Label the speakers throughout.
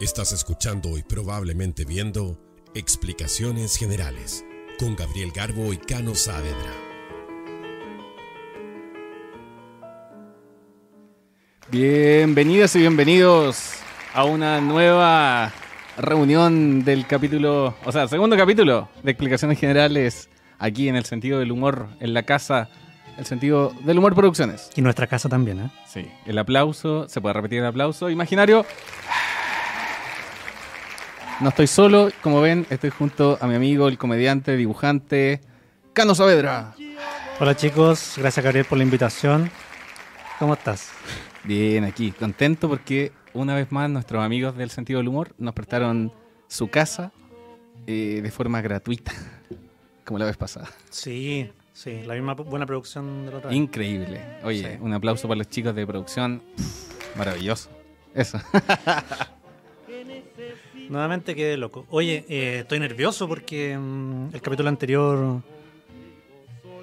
Speaker 1: Estás escuchando y probablemente viendo Explicaciones Generales con Gabriel Garbo y Cano Saavedra.
Speaker 2: Bienvenidas y bienvenidos a una nueva reunión del capítulo, o sea, segundo capítulo de Explicaciones Generales aquí en el sentido del humor, en la casa, el sentido del humor producciones.
Speaker 3: Y nuestra casa también, ¿eh?
Speaker 2: Sí, el aplauso, se puede repetir el aplauso imaginario. No estoy solo, como ven, estoy junto a mi amigo, el comediante, dibujante, Cano Saavedra.
Speaker 3: Hola chicos, gracias Gabriel por la invitación. ¿Cómo estás?
Speaker 2: Bien, aquí, contento porque una vez más nuestros amigos del sentido del humor nos prestaron su casa eh, de forma gratuita, como la vez pasada.
Speaker 3: Sí, sí, la misma buena producción de la otra
Speaker 2: Increíble. Oye,
Speaker 3: Sí.
Speaker 2: un aplauso para los chicos de producción. Pff, Maravilloso. Eso.
Speaker 3: Nuevamente quedé loco. Oye, eh, estoy nervioso porque mm, el capítulo anterior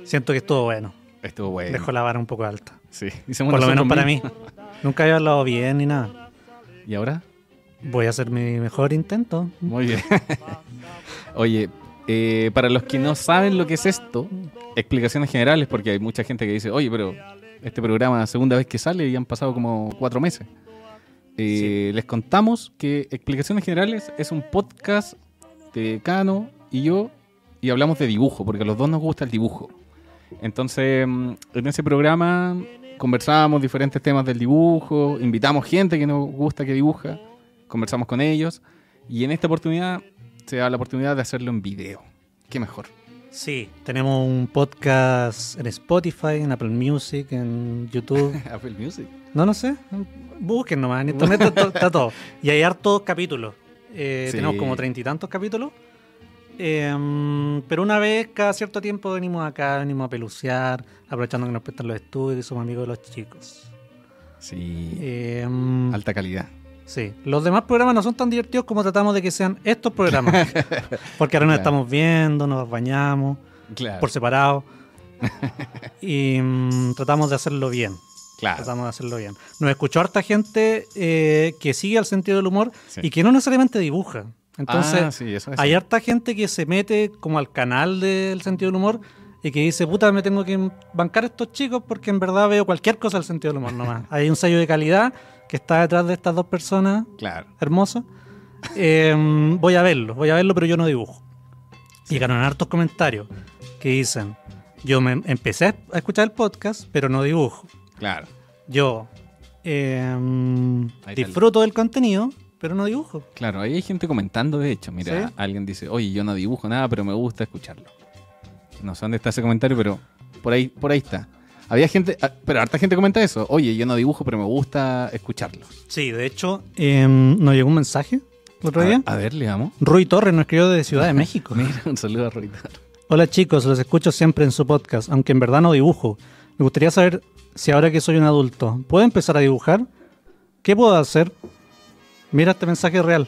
Speaker 3: siento que estuvo bueno.
Speaker 2: Estuvo bueno.
Speaker 3: Dejó la vara un poco alta.
Speaker 2: Sí. Hicimos
Speaker 3: Por lo
Speaker 2: nosotros
Speaker 3: menos para mí.
Speaker 2: mismos.
Speaker 3: Nunca había hablado bien ni nada.
Speaker 2: ¿Y ahora?
Speaker 3: Voy a hacer mi mejor intento.
Speaker 2: Muy bien. Oye, eh, para los que no saben lo que es esto, explicaciones generales, porque hay mucha gente que dice, oye, pero este programa segunda vez que sale y han pasado como cuatro meses. Eh, Les contamos que Explicaciones Generales es un podcast de Cano y yo y hablamos de dibujo, porque a los dos nos gusta el dibujo. Entonces, mm, en ese programa conversamos diferentes temas del dibujo, invitamos gente que nos gusta que dibuja, conversamos con ellos y en esta oportunidad se da la oportunidad de hacerlo en video. Qué mejor.
Speaker 3: Sí, tenemos un podcast en Spotify, en Apple Music, en YouTube.
Speaker 2: Apple Music.
Speaker 3: No, no sé. Busquen nomás. En internet está, está todo. Y hay hartos capítulos. Eh,
Speaker 2: Sí.
Speaker 3: Tenemos como treinta y tantos capítulos. Eh, pero una vez cada cierto tiempo venimos acá, venimos a pelucear, aprovechando que nos prestan los estudios y somos amigos de los chicos.
Speaker 2: Sí.
Speaker 3: Eh,
Speaker 2: Alta calidad.
Speaker 3: sí, los demás programas no son tan divertidos como tratamos de que sean estos programas. Porque ahora
Speaker 2: Claro.
Speaker 3: nos estamos viendo, nos bañamos
Speaker 2: Claro.
Speaker 3: por separado. y mm, tratamos de hacerlo bien.
Speaker 2: claro.
Speaker 3: Tratamos de hacerlo bien. Nos escuchó harta gente eh, que sigue al sentido del humor
Speaker 2: Sí.
Speaker 3: y que no necesariamente dibuja. Entonces,
Speaker 2: Ah, sí, eso es.
Speaker 3: hay harta gente que se mete como al canal del sentido del humor y que dice, puta, me tengo que bancar a estos chicos porque en verdad veo cualquier cosa al sentido del humor nomás. hay un sello de calidad que está detrás de estas dos personas
Speaker 2: Claro.
Speaker 3: hermosas. Eh, voy a verlo, voy a verlo, pero yo no dibujo. Y ganaron hartos comentarios que dicen, yo me empecé a escuchar el podcast, pero no dibujo
Speaker 2: Claro.
Speaker 3: yo em,
Speaker 2: Ahí está
Speaker 3: disfruto del contenido, pero no dibujo.
Speaker 2: Claro, ahí hay gente comentando, de hecho. Mira,
Speaker 3: ¿Sí?
Speaker 2: alguien dice, oye, yo no dibujo nada, pero me gusta escucharlo. No sé dónde está ese comentario, pero por ahí, por ahí está. Había gente, ah, pero harta gente comenta eso. Oye, yo no dibujo, pero me gusta escucharlo.
Speaker 3: Sí, de hecho, em, nos llegó un mensaje el otro día.
Speaker 2: A, a ver, le damos.
Speaker 3: Rui Torres nos escribió desde Ciudad de México.
Speaker 2: Mira, un saludo a Roitar.
Speaker 3: Hola chicos, los escucho siempre en su podcast, aunque en verdad no dibujo. Me gustaría saber si ahora que soy un adulto, ¿puedo empezar a dibujar? ¿Qué puedo hacer? Mira este mensaje real.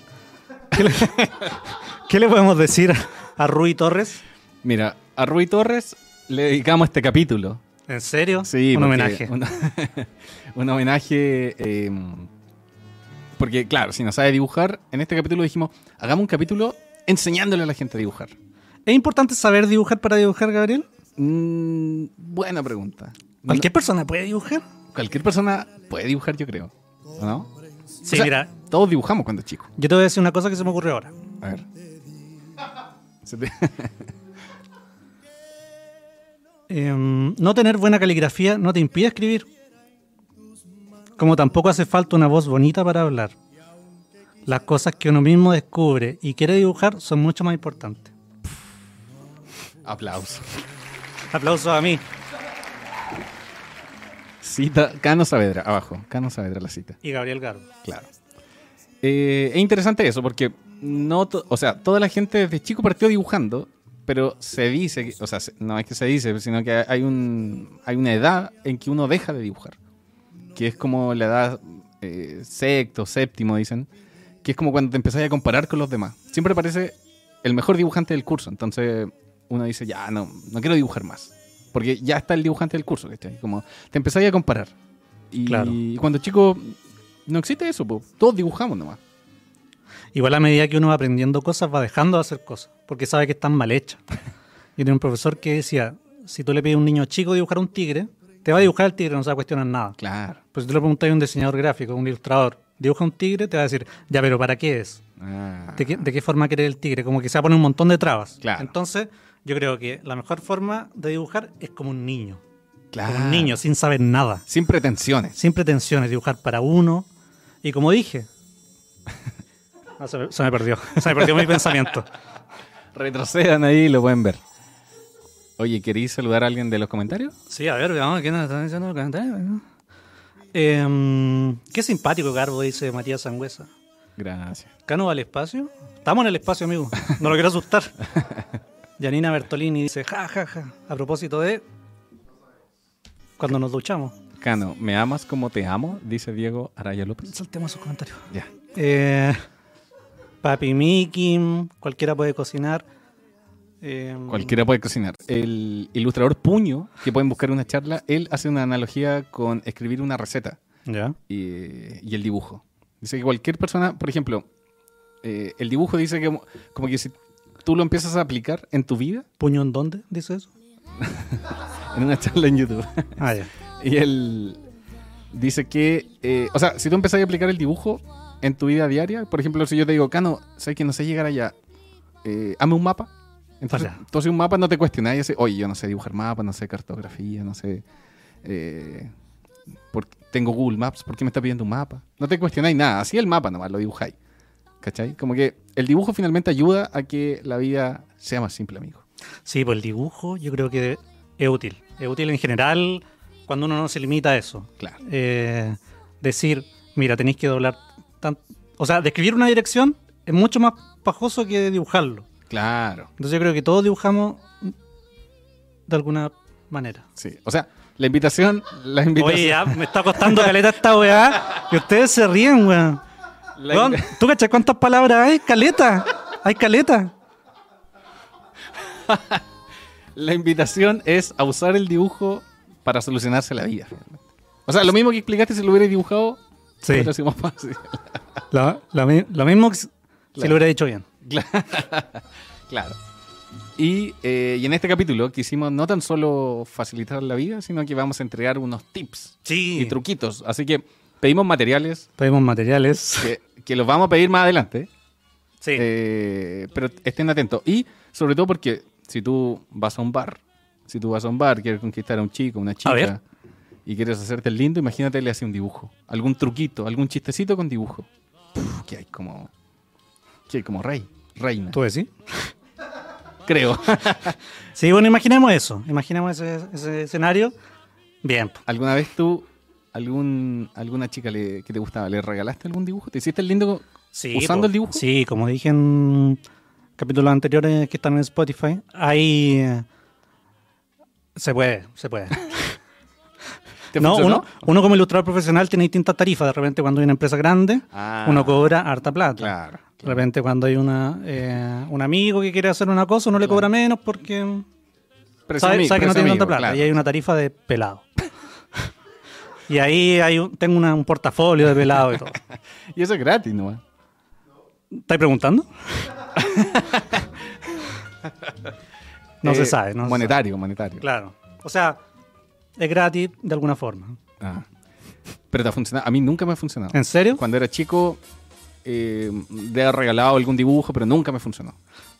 Speaker 3: ¿Qué le, qué le podemos decir a, a Rui Torres?
Speaker 2: Mira, a Rui Torres le dedicamos este capítulo.
Speaker 3: ¿En serio?
Speaker 2: Sí,
Speaker 3: un
Speaker 2: porque-
Speaker 3: homenaje.
Speaker 2: Un, un homenaje. eh, porque, claro, si no sabe dibujar, en este capítulo dijimos, hagamos un capítulo enseñándole a la gente a dibujar.
Speaker 3: ¿Es importante saber dibujar para dibujar, Gabriel?
Speaker 2: Mm, buena pregunta.
Speaker 3: ¿Cualquier persona puede dibujar?
Speaker 2: No- cualquier persona puede dibujar, yo creo. ¿o ¿No?
Speaker 3: Sí,
Speaker 2: O sea,
Speaker 3: mira,
Speaker 2: Todos dibujamos cuando chicos.
Speaker 3: yo te voy a decir una cosa que se me ocurrió ahora.
Speaker 2: A ver. Se te-
Speaker 3: Em, no tener buena caligrafía no te impide escribir. Como tampoco hace falta una voz bonita para hablar. Las cosas que uno mismo descubre y quiere dibujar son mucho más importantes.
Speaker 2: Aplauso.
Speaker 3: Aplausos a mí.
Speaker 2: Cita Cano Saavedra, abajo. Cano Saavedra la cita.
Speaker 3: Y Gabriel Garbo.
Speaker 2: Claro. Eh, es interesante eso, porque no, to- o sea, toda la gente desde chico partió dibujando, pero se dice, que- o sea, se- no es que se dice, sino que hay, un, hay una edad en que uno deja de dibujar, que es como la edad eh, sexto, séptimo, dicen, que es como cuando te empezás a comparar con los demás. Siempre parece el mejor dibujante del curso, entonces uno dice, ya, no, no quiero dibujar más, porque ya está el dibujante del curso, ¿cachai? Como te empezás a comparar. Y
Speaker 3: Claro.
Speaker 2: cuando chico no existe eso, po. todos dibujamos nomás.
Speaker 3: Igual a medida que uno va aprendiendo cosas, va dejando de hacer cosas, porque sabe que están mal hechas. Yo tenía un profesor que decía, si tú le pides a un niño chico dibujar un tigre, te va a dibujar el tigre, no se va a cuestionar nada.
Speaker 2: Claro.
Speaker 3: Pues si tú le preguntas a un diseñador gráfico, a un ilustrador, dibuja un tigre, te va a decir, ya, pero ¿para qué es?
Speaker 2: Ah,
Speaker 3: ¿De qué, de qué forma querer el tigre? Como que se va a poner un montón de trabas.
Speaker 2: Claro.
Speaker 3: Entonces, yo creo que la mejor forma de dibujar es como un niño.
Speaker 2: claro.
Speaker 3: Como un niño, sin saber nada.
Speaker 2: Sin pretensiones.
Speaker 3: Sin pretensiones, dibujar para uno. Y como dije. Ah, se, me, se me perdió. Se me perdió mi pensamiento.
Speaker 2: Retrocedan ahí y lo pueden ver. Oye, ¿queréis saludar a alguien de los comentarios?
Speaker 3: Sí, a ver, veamos qué nos están diciendo en los comentarios, ¿no? Em, qué simpático Garbo, dice Matías Sangüesa.
Speaker 2: Gracias.
Speaker 3: ¿Cano va al espacio? Estamos en el espacio, amigo. No lo quiero asustar. Janina Bertolini dice, ja, ja, ja. A propósito de... Cuando nos duchamos.
Speaker 2: Cano, ¿me amas como te amo? Dice Diego Araya López.
Speaker 3: Saltemos sus comentarios.
Speaker 2: Ya.
Speaker 3: Eh, Papi Mickey, cualquiera puede cocinar. Eh,
Speaker 2: Cualquiera puede cocinar. El ilustrador Puño, que pueden buscar una charla, él hace una analogía con escribir una receta
Speaker 3: Ya.
Speaker 2: y, y el dibujo. Dice que cualquier persona, por ejemplo, eh, el dibujo dice que como, como que si tú lo empiezas a aplicar en tu vida,
Speaker 3: ¿Puño en dónde? Dice eso.
Speaker 2: en una charla en YouTube.
Speaker 3: Ah, ya.
Speaker 2: Y él dice que, eh, o sea, si tú empezás a aplicar el dibujo en tu vida diaria, por ejemplo, si yo te digo, Cano, sabes que no sé llegar allá, eh, hazme un mapa. Entonces,
Speaker 3: Hola.
Speaker 2: tú haces un mapa, no te cuestionas. Y así, oye, yo no sé dibujar mapas, no sé cartografía, no sé. eh, por- tengo Google Maps, ¿por qué me está pidiendo un mapa? No te cuestionáis nada, así el mapa nomás lo dibujáis. ¿Cachai? Como que el dibujo finalmente ayuda a que la vida sea más simple, amigo.
Speaker 3: Sí, pues el dibujo yo creo que es útil. Es útil en general cuando uno no se limita a eso.
Speaker 2: Claro.
Speaker 3: Eh, decir, mira, tenéis que doblar... Tan... O sea, describir una dirección es mucho más pajoso que dibujarlo.
Speaker 2: Claro.
Speaker 3: Entonces yo creo que todos dibujamos de alguna manera.
Speaker 2: Sí. O sea, la invitación, la invitación.
Speaker 3: Oye, ya me está costando caleta esta weá. Y ustedes se ríen, weón.
Speaker 2: La
Speaker 3: Weón,
Speaker 2: inve-
Speaker 3: ¿Tú cachas cuántas palabras hay? Caleta. Hay caleta.
Speaker 2: La invitación es a usar el dibujo para solucionarse la vida. finalmente. O sea, lo mismo que explicaste si lo hubieras dibujado,
Speaker 3: Sí.
Speaker 2: hubiera sido más fácil.
Speaker 3: Lo, lo mi- lo mismo que si si
Speaker 2: Claro.
Speaker 3: lo hubiera dicho bien.
Speaker 2: Claro. Y, eh, y en este capítulo quisimos no tan solo facilitar la vida, sino que vamos a entregar unos tips
Speaker 3: Sí.
Speaker 2: y truquitos. Así que pedimos materiales
Speaker 3: Pedimos materiales.
Speaker 2: que, que los vamos a pedir más adelante.
Speaker 3: Sí.
Speaker 2: Eh, pero estén atentos. Y sobre todo porque si tú vas a un bar, si tú vas a un bar, quieres conquistar a un chico, una chica,
Speaker 3: ver.
Speaker 2: y quieres hacerte el lindo, imagínate le hace un dibujo. Algún truquito, algún chistecito con dibujo. Puf, que hay como. Que hay como rey, reina.
Speaker 3: ¿Tú decís?
Speaker 2: Creo.
Speaker 3: Sí, bueno, imaginemos eso. Imaginemos ese, ese escenario. Bien. po.
Speaker 2: ¿Alguna vez tú, algún, alguna chica le- que te gustaba, le regalaste algún dibujo? ¿Te hiciste el lindo? con-
Speaker 3: Sí,
Speaker 2: ¿Usando
Speaker 3: po.
Speaker 2: el dibujo?
Speaker 3: Sí, como dije en capítulos anteriores que están en Spotify, ahí eh, se puede, se puede.
Speaker 2: ¿Te
Speaker 3: no,
Speaker 2: funcionó?
Speaker 3: uno, uno como ilustrador profesional tiene distintas tarifas. De repente cuando hay una empresa grande,
Speaker 2: Ah,
Speaker 3: uno cobra harta plata.
Speaker 2: Claro.
Speaker 3: De repente cuando hay una, eh, un amigo que quiere hacer una cosa, uno le cobra menos porque
Speaker 2: Precio
Speaker 3: sabe,
Speaker 2: ami-
Speaker 3: sabe que no
Speaker 2: precio
Speaker 3: tiene
Speaker 2: amigo,
Speaker 3: tanta plata.
Speaker 2: claro.
Speaker 3: Y hay una tarifa de pelado. y ahí hay un- tengo una- un portafolio de pelado y todo.
Speaker 2: y eso es gratis nomás.
Speaker 3: ¿Estáis preguntando? no se
Speaker 2: Eh,
Speaker 3: sabe, no se sabe.
Speaker 2: Monetario, monetario.
Speaker 3: Claro. O sea, es gratis de alguna forma.
Speaker 2: Ah. Pero te ha funcionado. A mí nunca me ha funcionado.
Speaker 3: ¿En serio?
Speaker 2: Cuando era chico, eh, le he regalado algún dibujo, pero nunca me funcionó.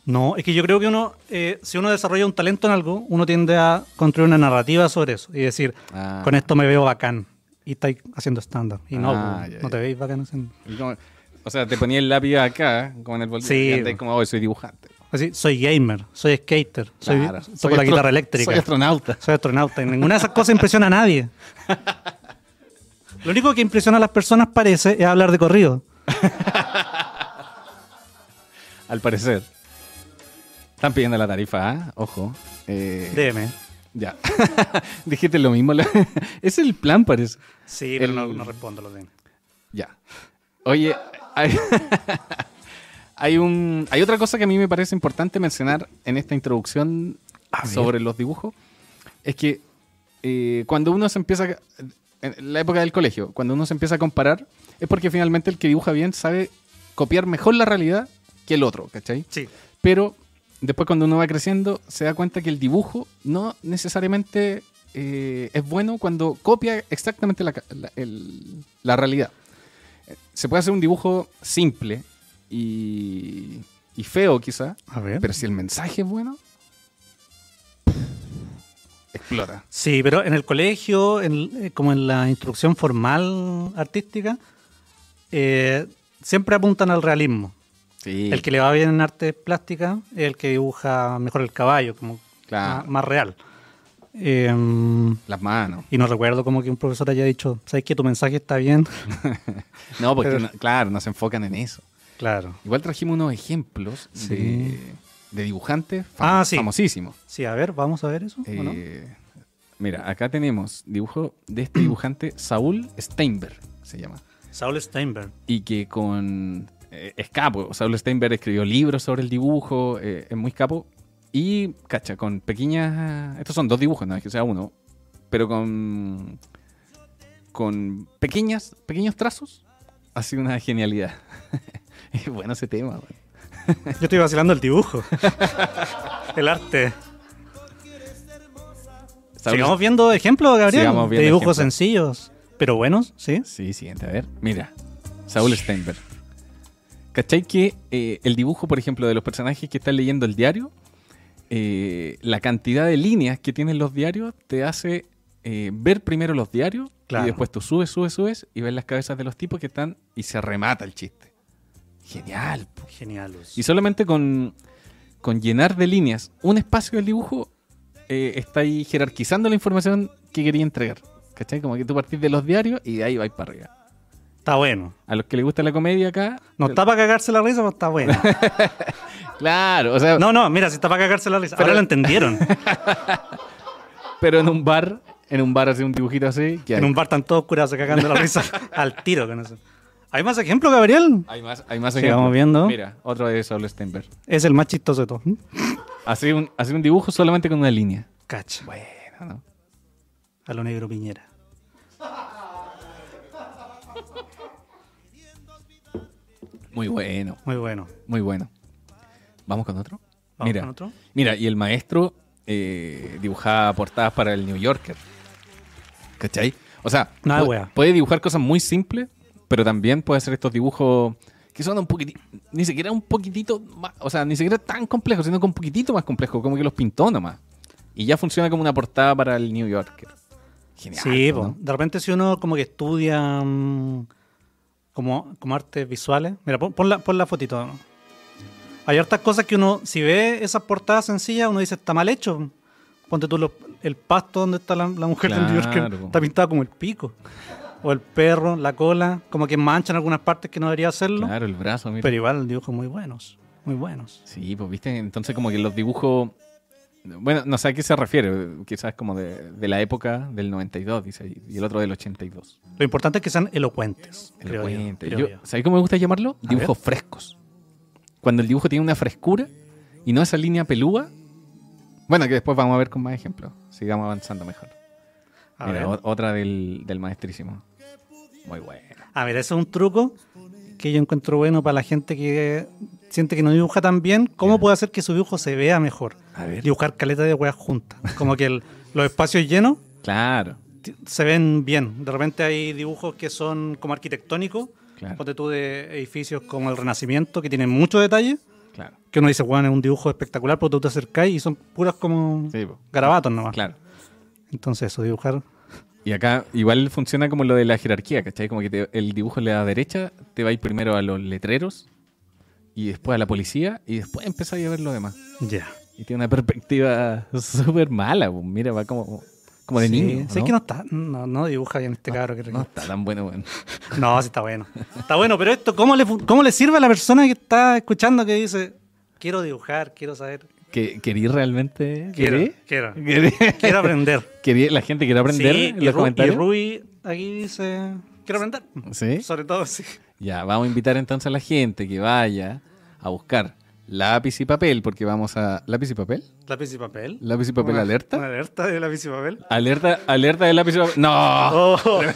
Speaker 3: No, es que yo creo que uno, eh, si uno desarrolla un talento en algo, uno tiende a construir una narrativa sobre eso y decir,
Speaker 2: Ah.
Speaker 3: con esto me veo bacán y estáis haciendo stand-up. Y no,
Speaker 2: Ah,
Speaker 3: pues,
Speaker 2: ya,
Speaker 3: no
Speaker 2: ya.
Speaker 3: te veis bacán haciendo.
Speaker 2: Y como- o sea, te ponía el lápiz acá, como en el bolsillo,
Speaker 3: Sí.
Speaker 2: y andáis como, hoy soy dibujante.
Speaker 3: Así, soy gamer, soy skater, soy,
Speaker 2: Claro.
Speaker 3: toco
Speaker 2: Soy
Speaker 3: la
Speaker 2: astro-
Speaker 3: guitarra eléctrica,
Speaker 2: Soy astronauta.
Speaker 3: soy astronauta. Y ninguna de esas cosas impresiona a nadie. Lo único que impresiona a las personas parece es hablar de corrido.
Speaker 2: Al parecer. Están pidiendo la tarifa, ¿ah? ojo. Eh,
Speaker 3: DM.
Speaker 2: Ya. Dijiste lo mismo. la- es el plan, parece.
Speaker 3: Sí,
Speaker 2: pero no- no
Speaker 3: respondo los DM.
Speaker 2: Ya. Oye, hay, hay un, hay otra cosa que a mí me parece importante mencionar en esta introducción
Speaker 3: A ver.
Speaker 2: sobre los dibujos. Es que eh, cuando uno se empieza, a- en la época del colegio, cuando uno se empieza a comparar, es porque finalmente el que dibuja bien sabe copiar mejor la realidad que el otro, ¿cachai?
Speaker 3: Sí.
Speaker 2: Pero después cuando uno va creciendo se da cuenta que el dibujo no necesariamente eh, es bueno cuando copia exactamente la, ca- la- el- la realidad. Eh, Se puede hacer un dibujo simple y, y feo quizá,
Speaker 3: A ver.
Speaker 2: pero si el mensaje es bueno, explota.
Speaker 3: Sí, pero en el colegio, en- eh, como en la instrucción formal artística, eh, siempre apuntan al realismo.
Speaker 2: Sí,
Speaker 3: El que le va bien en arte plástica es el que dibuja mejor el caballo, como
Speaker 2: Claro.
Speaker 3: más, más real. Em,
Speaker 2: las manos.
Speaker 3: y no recuerdo como que un profesor haya dicho, ¿sabes que tu mensaje está bien?
Speaker 2: No, porque
Speaker 3: Pero-
Speaker 2: no- claro, no se enfocan en eso.
Speaker 3: Claro.
Speaker 2: Igual trajimos unos ejemplos
Speaker 3: Sí.
Speaker 2: de, de dibujantes fam-
Speaker 3: Ah, sí.
Speaker 2: famosísimo.
Speaker 3: Sí, a ver, vamos a ver eso. ¿o no?
Speaker 2: Eh, Mira, acá tenemos dibujo de este dibujante Saúl Steinberg, se llama.
Speaker 3: Saul Steinberg.
Speaker 2: Y que con eh, es capo. Saúl Steinberg escribió libros sobre el dibujo, eh, es muy capo. Y, cacha, con pequeñas... Estos son dos dibujos, no es que sea uno. Pero con... Con pequeñas, pequeños trazos. Ha sido una genialidad. Es bueno ese tema. weón.
Speaker 3: Yo estoy vacilando el dibujo. el arte.
Speaker 2: Saúl-
Speaker 3: Sigamos viendo ejemplos, Gabriel.
Speaker 2: Sigamos
Speaker 3: de
Speaker 2: viendo
Speaker 3: dibujos
Speaker 2: ejemplos.
Speaker 3: sencillos, pero buenos, ¿sí?
Speaker 2: Sí, siguiente, a ver. Mira, Saúl Steinberg. ¿Cachai que eh, el dibujo, por ejemplo, de los personajes que están leyendo el diario, eh, la cantidad de líneas que tienen los diarios te hace eh, ver primero los diarios
Speaker 3: Claro.
Speaker 2: y después tú subes, subes, subes y ves las cabezas de los tipos que están y se remata el chiste. Genial. po.
Speaker 3: Geniales.
Speaker 2: Y solamente con, con llenar de líneas un espacio del dibujo, eh, está ahí jerarquizando la información que quería entregar. ¿Cachai? Como que tú partís de los diarios y de ahí vais para arriba.
Speaker 3: Está bueno.
Speaker 2: A los que les gusta la comedia acá.
Speaker 3: No
Speaker 2: el-
Speaker 3: está para cagarse la risa, pero está bueno.
Speaker 2: Claro, o sea,
Speaker 3: No, no, mira, si está para cagarse la risa.
Speaker 2: Pero-
Speaker 3: Ahora lo entendieron.
Speaker 2: pero en un bar, en un bar hace un dibujito así. Que hay,
Speaker 3: en un bar están todos curados cagando la risa al tiro con eso. ¿Hay más ejemplos, Gabriel?
Speaker 2: hay más, hay más ejemplos.
Speaker 3: Sigamos viendo.
Speaker 2: Mira, otro de Saul Steinberg.
Speaker 3: Es el más chistoso de todos. ¿Mm?
Speaker 2: Hace un, hace un dibujo solamente con una línea.
Speaker 3: Cacha.
Speaker 2: Bueno, ¿no?
Speaker 3: A lo negro Piñera.
Speaker 2: Muy bueno,
Speaker 3: Muy bueno.
Speaker 2: muy bueno. ¿Vamos con otro?
Speaker 3: Vamos
Speaker 2: mira,
Speaker 3: con otro.
Speaker 2: mira, y el maestro eh, dibujaba portadas para el New Yorker. ¿Cachai? O sea,
Speaker 3: Nada de
Speaker 2: pu-
Speaker 3: wea.
Speaker 2: puede dibujar cosas muy simples, pero también puede hacer estos dibujos que son un poquitito, ni siquiera un poquitito más, o sea, ni siquiera tan complejos, sino que un poquitito más complejos, como que los pintó nomás. Y ya funciona como una portada para el New Yorker. Genial.
Speaker 3: Sí,
Speaker 2: ¿no?
Speaker 3: po. de repente si uno como que estudia mm, como, como artes visuales. Mira, pon, pon la, pon la fotito. Hay hartas cosas que uno, si ve esas portadas sencillas, uno dice, está mal hecho. Ponte tú los- el pasto donde está la, la mujer de New York,
Speaker 2: Claro, po.
Speaker 3: está pintada como el pico. O el perro, la cola, como que manchan algunas partes que no debería hacerlo.
Speaker 2: Claro, el brazo, mira.
Speaker 3: Pero igual, dibujos muy buenos, muy buenos.
Speaker 2: Sí, pues viste, entonces como que los dibujos... Bueno, no sé a qué se refiere, quizás como de, de la época del 92, dice, ahí, y el otro del 82.
Speaker 3: Lo importante es que sean elocuentes. creo yo,
Speaker 2: Elocuente.
Speaker 3: creo
Speaker 2: Yo-
Speaker 3: yo.
Speaker 2: ¿Sabéis cómo me gusta llamarlo?
Speaker 3: A
Speaker 2: Dibujos frescos. Cuando el dibujo tiene una frescura y no esa línea pelúa. Bueno, que después vamos a ver con más ejemplos. Sigamos avanzando mejor.
Speaker 3: A
Speaker 2: Mira,
Speaker 3: ver.
Speaker 2: o- otra del, del maestrísimo. Muy bueno.
Speaker 3: A ver, ese es un truco que yo encuentro bueno para la gente que siente que no dibuja tan bien. ¿Cómo
Speaker 2: Ya.
Speaker 3: puede hacer que su dibujo se vea mejor?
Speaker 2: A ver.
Speaker 3: Dibujar caleta de weas juntas. Como que el- los espacios llenos
Speaker 2: Claro,
Speaker 3: ti- se ven bien. De repente hay dibujos que son como arquitectónicos,
Speaker 2: claro,
Speaker 3: ponte tú de edificios como el Renacimiento, que tienen mucho detalle,
Speaker 2: claro.
Speaker 3: que uno dice, bueno, es un dibujo espectacular, pero tú te acercás y son puras como
Speaker 2: Sí, po.
Speaker 3: garabatos nomás.
Speaker 2: claro.
Speaker 3: Entonces eso, dibujar...
Speaker 2: Y acá igual funciona como lo de la jerarquía, ¿cachai? Como que te- el dibujo le da derecha, te va a ir primero a los letreros y después a la policía y después empezáis a ver lo demás.
Speaker 3: Ya.
Speaker 2: Y tiene una perspectiva súper mala, pues, mira, va como, como de
Speaker 3: Sí,
Speaker 2: niño.
Speaker 3: sé que no está, no, no dibuja bien este cabro que
Speaker 2: No está tan bueno, bueno.
Speaker 3: No, sí está bueno. Está bueno, pero esto, ¿cómo le, fu- cómo le sirve a la persona que está escuchando que dice, quiero dibujar, quiero saber,
Speaker 2: ¿Que- ¿Querí realmente?
Speaker 3: quiero,
Speaker 2: ¿Querí?
Speaker 3: quiero,
Speaker 2: ¿Querí?
Speaker 3: quiero aprender.
Speaker 2: ¿Querí- ¿La gente quiere aprender
Speaker 3: Sí,
Speaker 2: en
Speaker 3: y,
Speaker 2: los
Speaker 3: Ru- y
Speaker 2: comentarios?
Speaker 3: Rui aquí dice, quiero aprender.
Speaker 2: ¿Sí?
Speaker 3: Sobre todo, sí.
Speaker 2: Ya, vamos a invitar entonces a la gente que vaya a buscar lápiz y papel, porque vamos a... ¿Lápiz y papel?
Speaker 3: Lápiz y papel.
Speaker 2: ¿Lápiz y papel
Speaker 3: Una-
Speaker 2: alerta?
Speaker 3: Una alerta de lápiz y papel.
Speaker 2: Alerta, alerta de lápiz y papel. ¡No!
Speaker 3: Oh.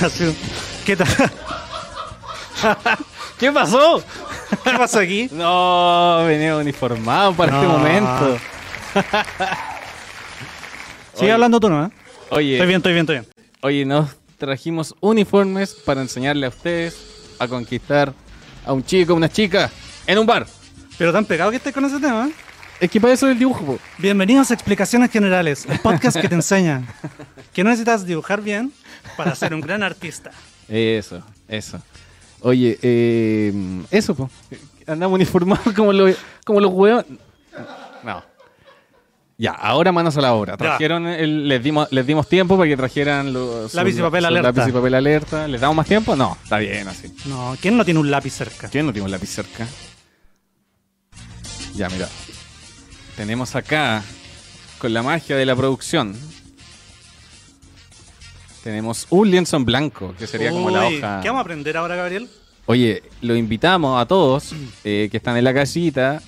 Speaker 3: Así, ¿Qué, ta-
Speaker 2: ¿Qué pasó?
Speaker 3: ¿Qué pasa aquí?
Speaker 2: No, venía uniformado para este
Speaker 3: No.
Speaker 2: momento.
Speaker 3: Sigue hablando tú, ¿no? ¿eh? Estoy
Speaker 2: Oye,
Speaker 3: bien, estoy bien, estoy bien.
Speaker 2: oye, nos trajimos uniformes para enseñarle a ustedes a conquistar a un chico, una chica, en un bar.
Speaker 3: Pero tan pegado que estés con ese tema. ¿eh?
Speaker 2: Es que para eso es el dibujo. po.
Speaker 3: Bienvenidos a Explicaciones Generales, el podcast que te enseña que no necesitas dibujar bien para ser un gran artista.
Speaker 2: Eso, eso. Oye, eh, eso, po. Andamos uniformados como los, como los huevos. No. Ya, ahora manos a la obra. Trajeron, el- les, dimos, les dimos tiempo para que trajeran los.
Speaker 3: Lápiz y
Speaker 2: su-
Speaker 3: papel
Speaker 2: su
Speaker 3: alerta.
Speaker 2: Lápiz y papel alerta. ¿Les damos más tiempo? No, está bien así.
Speaker 3: No, ¿quién no tiene un lápiz cerca?
Speaker 2: ¿Quién no tiene un lápiz cerca? Ya, mira. Tenemos acá, con la magia de la producción, tenemos un lienzo en blanco, que sería como la
Speaker 3: Uy,
Speaker 2: hoja.
Speaker 3: ¿Qué vamos a aprender ahora, Gabriel?
Speaker 2: Oye, lo invitamos a todos eh, que están en la casita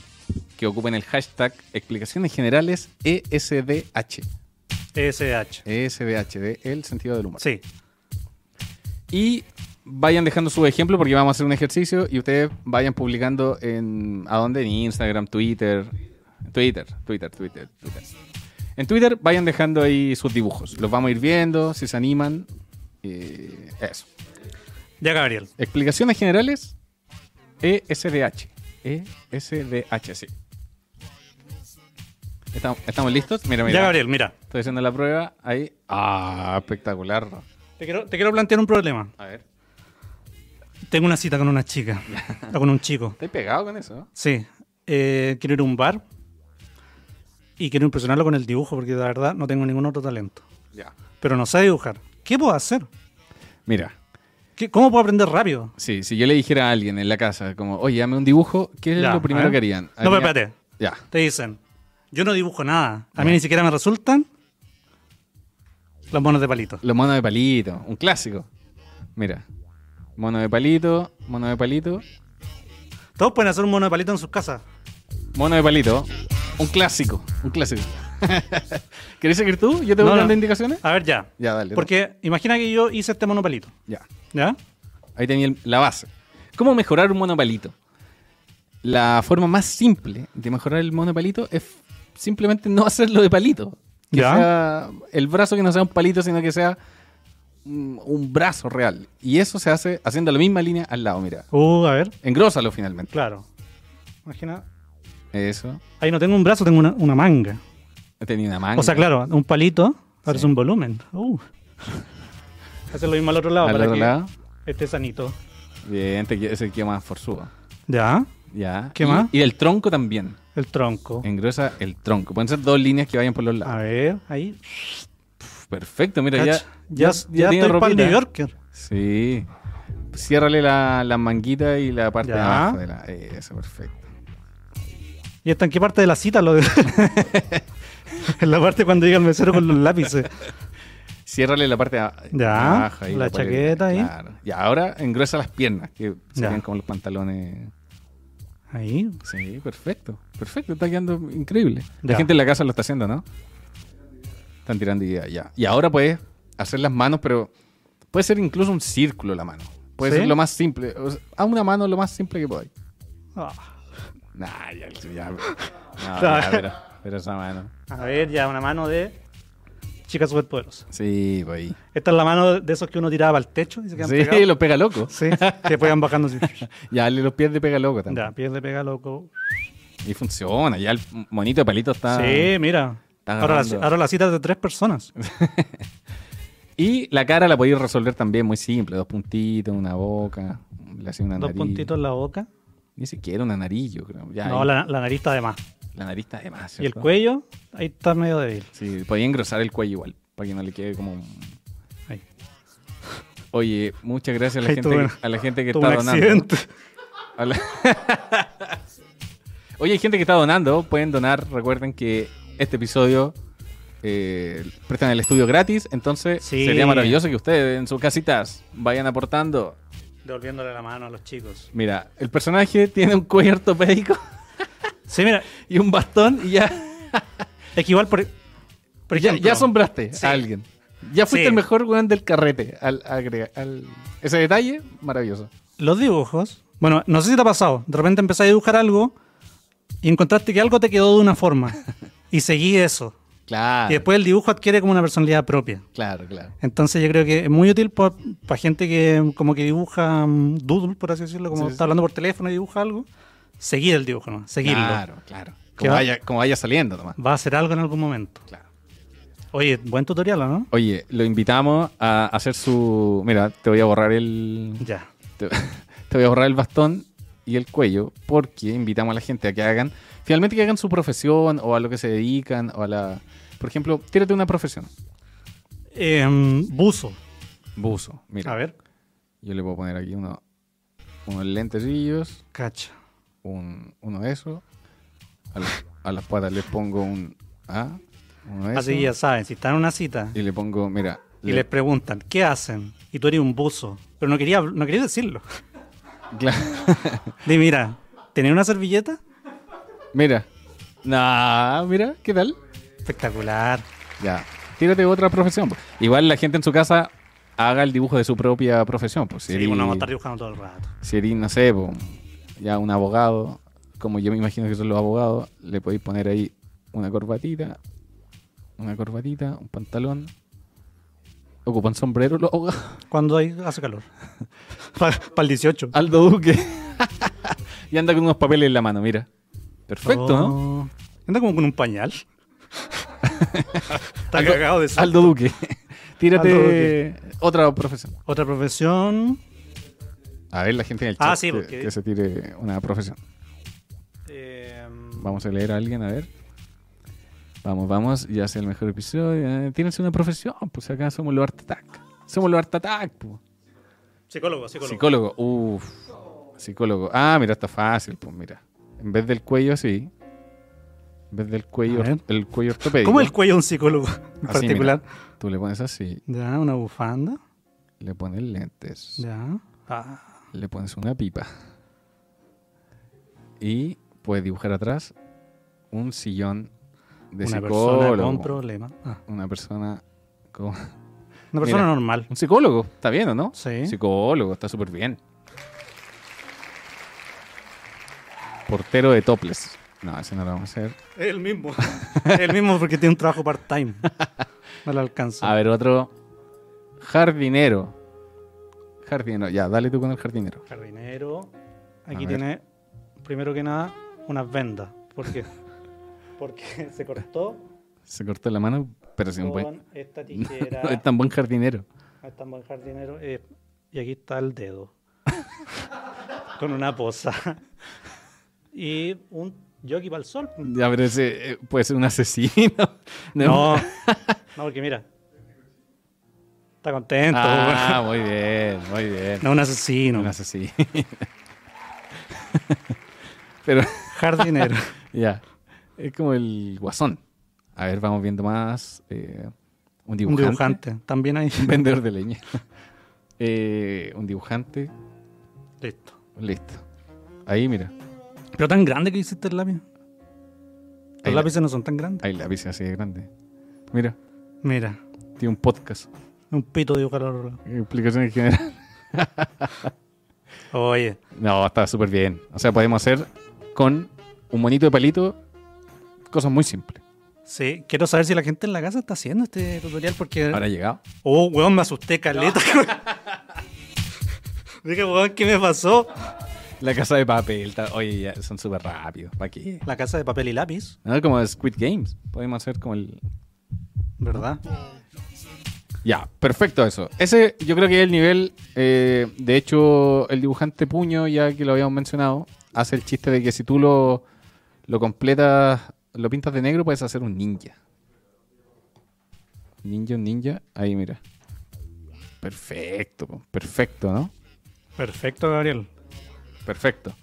Speaker 2: que ocupen el hashtag explicaciones generales E ESDH.
Speaker 3: SH.
Speaker 2: E ESDH, de el sentido del humor.
Speaker 3: E Sí.
Speaker 2: Y vayan dejando su ejemplo porque vamos a hacer un ejercicio y ustedes vayan publicando en. ¿A dónde? En Instagram, Twitter. Twitter, Twitter, Twitter, Twitter. En Twitter vayan dejando ahí sus dibujos. Los vamos a ir viendo, si se animan. eh, eso.
Speaker 3: Ya, Gabriel.
Speaker 2: Explicaciones generales. E ESDH. E ESDH, sí. ¿Estamos, estamos listos? Mira, mira.
Speaker 3: Ya, Gabriel, mira.
Speaker 2: Estoy haciendo la prueba ahí. Ah, espectacular.
Speaker 3: Te quiero, te quiero plantear un problema.
Speaker 2: A ver.
Speaker 3: Tengo una cita con una chica. o con un chico.
Speaker 2: Estoy pegado con eso. ¿no?
Speaker 3: Sí. Eh, quiero ir a un bar. Y quiero impresionarlo con el dibujo, porque la verdad no tengo ningún otro talento.
Speaker 2: Ya.
Speaker 3: Pero no sé dibujar. ¿Qué puedo hacer?
Speaker 2: Mira.
Speaker 3: ¿Qué- ¿Cómo puedo aprender rápido?
Speaker 2: Sí, si yo le dijera a alguien en la casa, como, oye, dame un dibujo, ¿qué es
Speaker 3: Ya,
Speaker 2: lo primero
Speaker 3: ¿eh?
Speaker 2: que harían?
Speaker 3: No, pero
Speaker 2: Haría-
Speaker 3: espérate.
Speaker 2: Ya.
Speaker 3: Te dicen, yo no dibujo nada. A mí ni siquiera me resultan los monos de palito.
Speaker 2: Los monos de palito, un clásico. Mira. Mono de palito, mono de palito,
Speaker 3: Todos pueden hacer un mono de palito en sus casas.
Speaker 2: mono de palito. Un clásico, un clásico. ¿Querés seguir tú? ¿Yo te voy
Speaker 3: No, no.
Speaker 2: dando indicaciones?
Speaker 3: A ver, ya.
Speaker 2: Ya, dale.
Speaker 3: Porque imagina que yo hice este mono palito.
Speaker 2: Ya.
Speaker 3: ¿Ya?
Speaker 2: Ahí tenía el- la base. ¿Cómo mejorar un monopalito? La forma más simple de mejorar el monopalito es simplemente no hacerlo de palito. Que
Speaker 3: Ya.
Speaker 2: sea el brazo que no sea un palito, sino que sea mm, un brazo real. Y eso se hace haciendo la misma línea al lado, mira.
Speaker 3: Uh, a ver.
Speaker 2: Engrósalo finalmente.
Speaker 3: Claro. Imagina.
Speaker 2: Eso.
Speaker 3: Ahí no tengo un brazo, tengo una, una manga.
Speaker 2: Tenía una manga.
Speaker 3: O sea, claro, un palito, ahora es un volumen. Uh. Hacer lo mismo al otro lado
Speaker 2: Al
Speaker 3: para
Speaker 2: otro
Speaker 3: que
Speaker 2: lado.
Speaker 3: esté sanito.
Speaker 2: Bien, te queda- ese queda más forzudo.
Speaker 3: Ya,
Speaker 2: Ya.
Speaker 3: ¿Qué
Speaker 2: Y-
Speaker 3: más?
Speaker 2: Y del tronco también.
Speaker 3: el tronco.
Speaker 2: Engrosa el tronco. Pueden ser dos líneas que vayan por los
Speaker 3: A
Speaker 2: lados.
Speaker 3: ver, ahí.
Speaker 2: Perfecto, mira,
Speaker 3: Ah. Cacha.
Speaker 2: ya.
Speaker 3: ya, ya
Speaker 2: tiene
Speaker 3: estoy para el
Speaker 2: ropita.
Speaker 3: New Yorker.
Speaker 2: Sí. Ciérrale la, la manguita y la parte de
Speaker 3: Ya.
Speaker 2: abajo de la. Eso, perfecto.
Speaker 3: ¿Y hasta en qué parte de la cita lo de- En la parte cuando llega el mesero con los lápices.
Speaker 2: Ciérrale la parte de a- de
Speaker 3: Ya,
Speaker 2: abajo. ahí,
Speaker 3: la
Speaker 2: pared.
Speaker 3: chaqueta ahí.
Speaker 2: Claro. Y ahora engruesa las piernas, que serían
Speaker 3: Ya.
Speaker 2: como los pantalones.
Speaker 3: Ahí.
Speaker 2: Sí, perfecto. Perfecto, está quedando increíble. La
Speaker 3: Ya.
Speaker 2: gente en la casa lo está haciendo, ¿no? Están tirando ideas, ya. Y ahora puedes hacer las manos, pero puede ser incluso un círculo la mano. Puede
Speaker 3: ¿Sí?
Speaker 2: ser lo más simple. O sea, a una mano lo más simple que podáis.
Speaker 3: Ah.
Speaker 2: Nah, ya, ya. No,
Speaker 3: Claro.
Speaker 2: ya, pero- pero esa mano.
Speaker 3: A ver, ya una mano de chicas superpoderosas.
Speaker 2: Sí, pues ahí.
Speaker 3: Esta es la mano de esos que uno tiraba al techo y se quedan
Speaker 2: Sí,
Speaker 3: pegados.
Speaker 2: lo pega loco.
Speaker 3: Sí, que fueran bajando así.
Speaker 2: Ya le los pies de pega loco también.
Speaker 3: Ya, pies de pega loco.
Speaker 2: Y funciona, ya el monito de palito está.
Speaker 3: Sí, mira.
Speaker 2: Ah. está
Speaker 3: Ahora la,
Speaker 2: agarrando.
Speaker 3: ahora la cita es de tres personas.
Speaker 2: Y la cara la podéis resolver también muy simple: dos puntitos, una boca, le hacía una
Speaker 3: Dos
Speaker 2: nariz.
Speaker 3: puntitos en la boca.
Speaker 2: Ni siquiera una nariz, yo creo. Ya,
Speaker 3: No,
Speaker 2: ahí-
Speaker 3: la, la nariz está de más.
Speaker 2: la nariz está de más.
Speaker 3: Y el
Speaker 2: ¿cierto?
Speaker 3: cuello, ahí está medio débil.
Speaker 2: Sí, podía engrosar el cuello igual, para que no le quede como. un-
Speaker 3: Ahí.
Speaker 2: Oye, muchas gracias a la,
Speaker 3: Ahí
Speaker 2: gente,
Speaker 3: tuve-
Speaker 2: que- a la gente que
Speaker 3: Tuvo
Speaker 2: está
Speaker 3: un
Speaker 2: donando.
Speaker 3: accidente.
Speaker 2: A la- Oye, hay gente que está donando. Pueden donar. Recuerden que este episodio eh, prestan el estudio gratis. Entonces
Speaker 3: Sí.
Speaker 2: sería maravilloso que ustedes en sus casitas vayan aportando.
Speaker 3: Devolviéndole la mano a los chicos.
Speaker 2: Mira, el personaje tiene un cuello ortopédico
Speaker 3: Sí, mira,
Speaker 2: y un bastón y ya,
Speaker 3: es que igual por, por
Speaker 2: ya,
Speaker 3: ejemplo,
Speaker 2: ya sombraste
Speaker 3: Sí.
Speaker 2: a alguien. Ya fuiste
Speaker 4: Sí.
Speaker 2: el mejor weón del carrete. Al, agregar- al- Ese detalle, maravilloso.
Speaker 3: Los dibujos. Bueno, no sé si te ha pasado. De repente empezaste a dibujar algo y encontraste que algo te quedó de una forma. Y seguí eso.
Speaker 2: Claro.
Speaker 3: Y después el dibujo adquiere como una personalidad propia.
Speaker 2: Claro, claro.
Speaker 3: Entonces yo creo que es muy útil para gente que como que dibuja mm, doodle, por así decirlo, como
Speaker 2: Sí, sí.
Speaker 3: está hablando por teléfono y dibuja algo, seguir el dibujo, ¿no? seguirlo.
Speaker 2: Claro, claro.
Speaker 3: ¿Qué
Speaker 2: Como
Speaker 3: va?
Speaker 2: vaya, como vaya saliendo nomás.
Speaker 3: Va a hacer algo en algún momento.
Speaker 2: Claro.
Speaker 3: Oye, buen tutorial, ¿no?
Speaker 2: Oye, lo invitamos a hacer su. Mira, te voy a borrar el.
Speaker 3: Ya.
Speaker 2: Te, te voy a borrar el bastón y el cuello porque invitamos a la gente a que hagan, finalmente que hagan su profesión o a lo que se dedican o a la... Por ejemplo, tírate una profesión.
Speaker 3: Em, buzo.
Speaker 2: Buzo. Mira,
Speaker 3: A ver.
Speaker 2: yo le puedo poner aquí uno, unos lentecillos,
Speaker 3: Cacha.
Speaker 2: un, uno de esos. A, las- a las patas les pongo un... A, uno de
Speaker 3: Así ya
Speaker 2: esos,
Speaker 3: saben, si están en una cita
Speaker 2: Y le pongo, mira...
Speaker 3: y
Speaker 2: le-
Speaker 3: les preguntan, ¿qué hacen? Y tú eres un buzo. Pero no quería, no quería decirlo.
Speaker 2: Claro.
Speaker 3: Di, mira, ¿tenés una servilleta?
Speaker 2: mira. Nah, mira, ¿qué tal?
Speaker 3: Espectacular.
Speaker 2: Ya, tírate otra profesión. po. Igual la gente en su casa haga el dibujo de su propia profesión. Pues, si
Speaker 3: Sí,
Speaker 2: eres-
Speaker 3: bueno, vamos a estar dibujando todo el rato.
Speaker 2: si eres, no sé, po, ya un abogado, como yo me imagino que son los abogados, le podéis poner ahí una corbatita, una corbatita, un pantalón. Ocupan sombrero los abogados.
Speaker 3: Cuando hay, hace calor. Para el 18.
Speaker 2: Aldo Duque. y anda con unos papeles en la mano, mira. Perfecto, ¿no?
Speaker 3: Oh. Anda como con un pañal. Está cagado de sol.
Speaker 2: Aldo Duque. Tírate
Speaker 3: Aldo Duque.
Speaker 2: otra profesión.
Speaker 3: Otra profesión.
Speaker 2: A ver, la gente en el chat
Speaker 3: Ah, sí,
Speaker 2: que-
Speaker 3: porque-
Speaker 2: que se tire una profesión. Vamos a leer a alguien, a ver. Vamos, vamos, ya sea el mejor episodio. Eh, Tírense una profesión, pues acá somos los Art Attack. Somos los Art Attack, po.
Speaker 3: Psicólogo, psicólogo.
Speaker 2: Psicólogo, uff. Psicólogo. Ah, mira, está fácil, pues mira. En vez del cuello así. En vez del cuello,
Speaker 3: A ver.
Speaker 2: el cuello ortopédico.
Speaker 3: ¿Cómo el cuello de un psicólogo en
Speaker 2: Así,
Speaker 3: particular?
Speaker 2: mira, tú le pones así,
Speaker 3: Ya, una bufanda.
Speaker 2: le pones lentes,
Speaker 3: Ya. Ah,
Speaker 2: le pones una pipa. Y puedes dibujar atrás un sillón de
Speaker 3: una persona
Speaker 2: psicólogo.
Speaker 3: con problema. Ah,
Speaker 2: una persona con...
Speaker 3: una persona
Speaker 2: Mira.
Speaker 3: normal.
Speaker 2: Un psicólogo, está bien, ¿o no?
Speaker 3: Sí.
Speaker 2: Psicólogo, está súper bien. Portero de toples. No, ese no lo vamos a hacer.
Speaker 3: El mismo. el mismo porque tiene un trabajo part-time. No le alcanza.
Speaker 2: A ver, otro. Jardinero. Jardinero, ya, dale tú con el jardinero.
Speaker 3: Jardinero. Aquí
Speaker 2: ver.
Speaker 3: tiene, primero que nada, unas vendas. ¿Por qué? Porque se cortó
Speaker 2: Se cortó la mano, pero sin un buen...
Speaker 3: con esta
Speaker 2: No,
Speaker 3: tijera.
Speaker 2: no es tan buen jardinero.
Speaker 3: Ah, está un buen jardinero. eh, y aquí está el dedo. con una posa. y un jockey para el sol.
Speaker 2: Ya, pero ese eh, puede ser un asesino.
Speaker 3: No, no, porque mira. Está contento.
Speaker 2: Ah, muy bien, muy bien.
Speaker 3: No, un asesino.
Speaker 2: Un asesino. pero...
Speaker 3: Jardinero.
Speaker 2: Ya. Es como el guasón. A ver, vamos viendo más. eh, un
Speaker 3: un
Speaker 2: dibujante. Un
Speaker 3: dibujante. También hay.
Speaker 2: vendedor de leña. Eh, un dibujante.
Speaker 3: Listo.
Speaker 2: Listo. Ahí, mira.
Speaker 3: Pero tan grande que hiciste el lápiz. Los
Speaker 2: Ahí la-
Speaker 3: lápices no son tan grandes.
Speaker 2: Ahí la bici así de grande. Mira,
Speaker 3: Mira,
Speaker 2: tiene un podcast.
Speaker 3: un pito dibujar al lado.
Speaker 2: Explicación en general.
Speaker 3: Oye,
Speaker 2: No, está súper bien. O sea, podemos hacer con un monito de palito cosas muy simples.
Speaker 3: sí, quiero saber si la gente en la casa está haciendo este tutorial porque.
Speaker 2: Ahora ha llegado.
Speaker 3: Oh, weón, me asusté caleta. Dije, weón, ¿qué me pasó?
Speaker 2: La casa de papel. ta- Oye, ya son súper rápidos. ¿Para qué?
Speaker 3: La casa de papel y lápiz,
Speaker 2: No, como Squid Games. Podemos hacer como el,
Speaker 3: ¿verdad?
Speaker 2: Ya, perfecto eso. Ese yo creo que es el nivel. eh, de hecho, el dibujante puño, ya que lo habíamos mencionado, hace el chiste de que si tú lo, lo completas, lo pintas de negro, puedes hacer un ninja. Ninja, un ninja. Ahí, mira. Perfecto, po, perfecto, ¿no?
Speaker 3: Perfecto, Gabriel.
Speaker 2: Perfecto.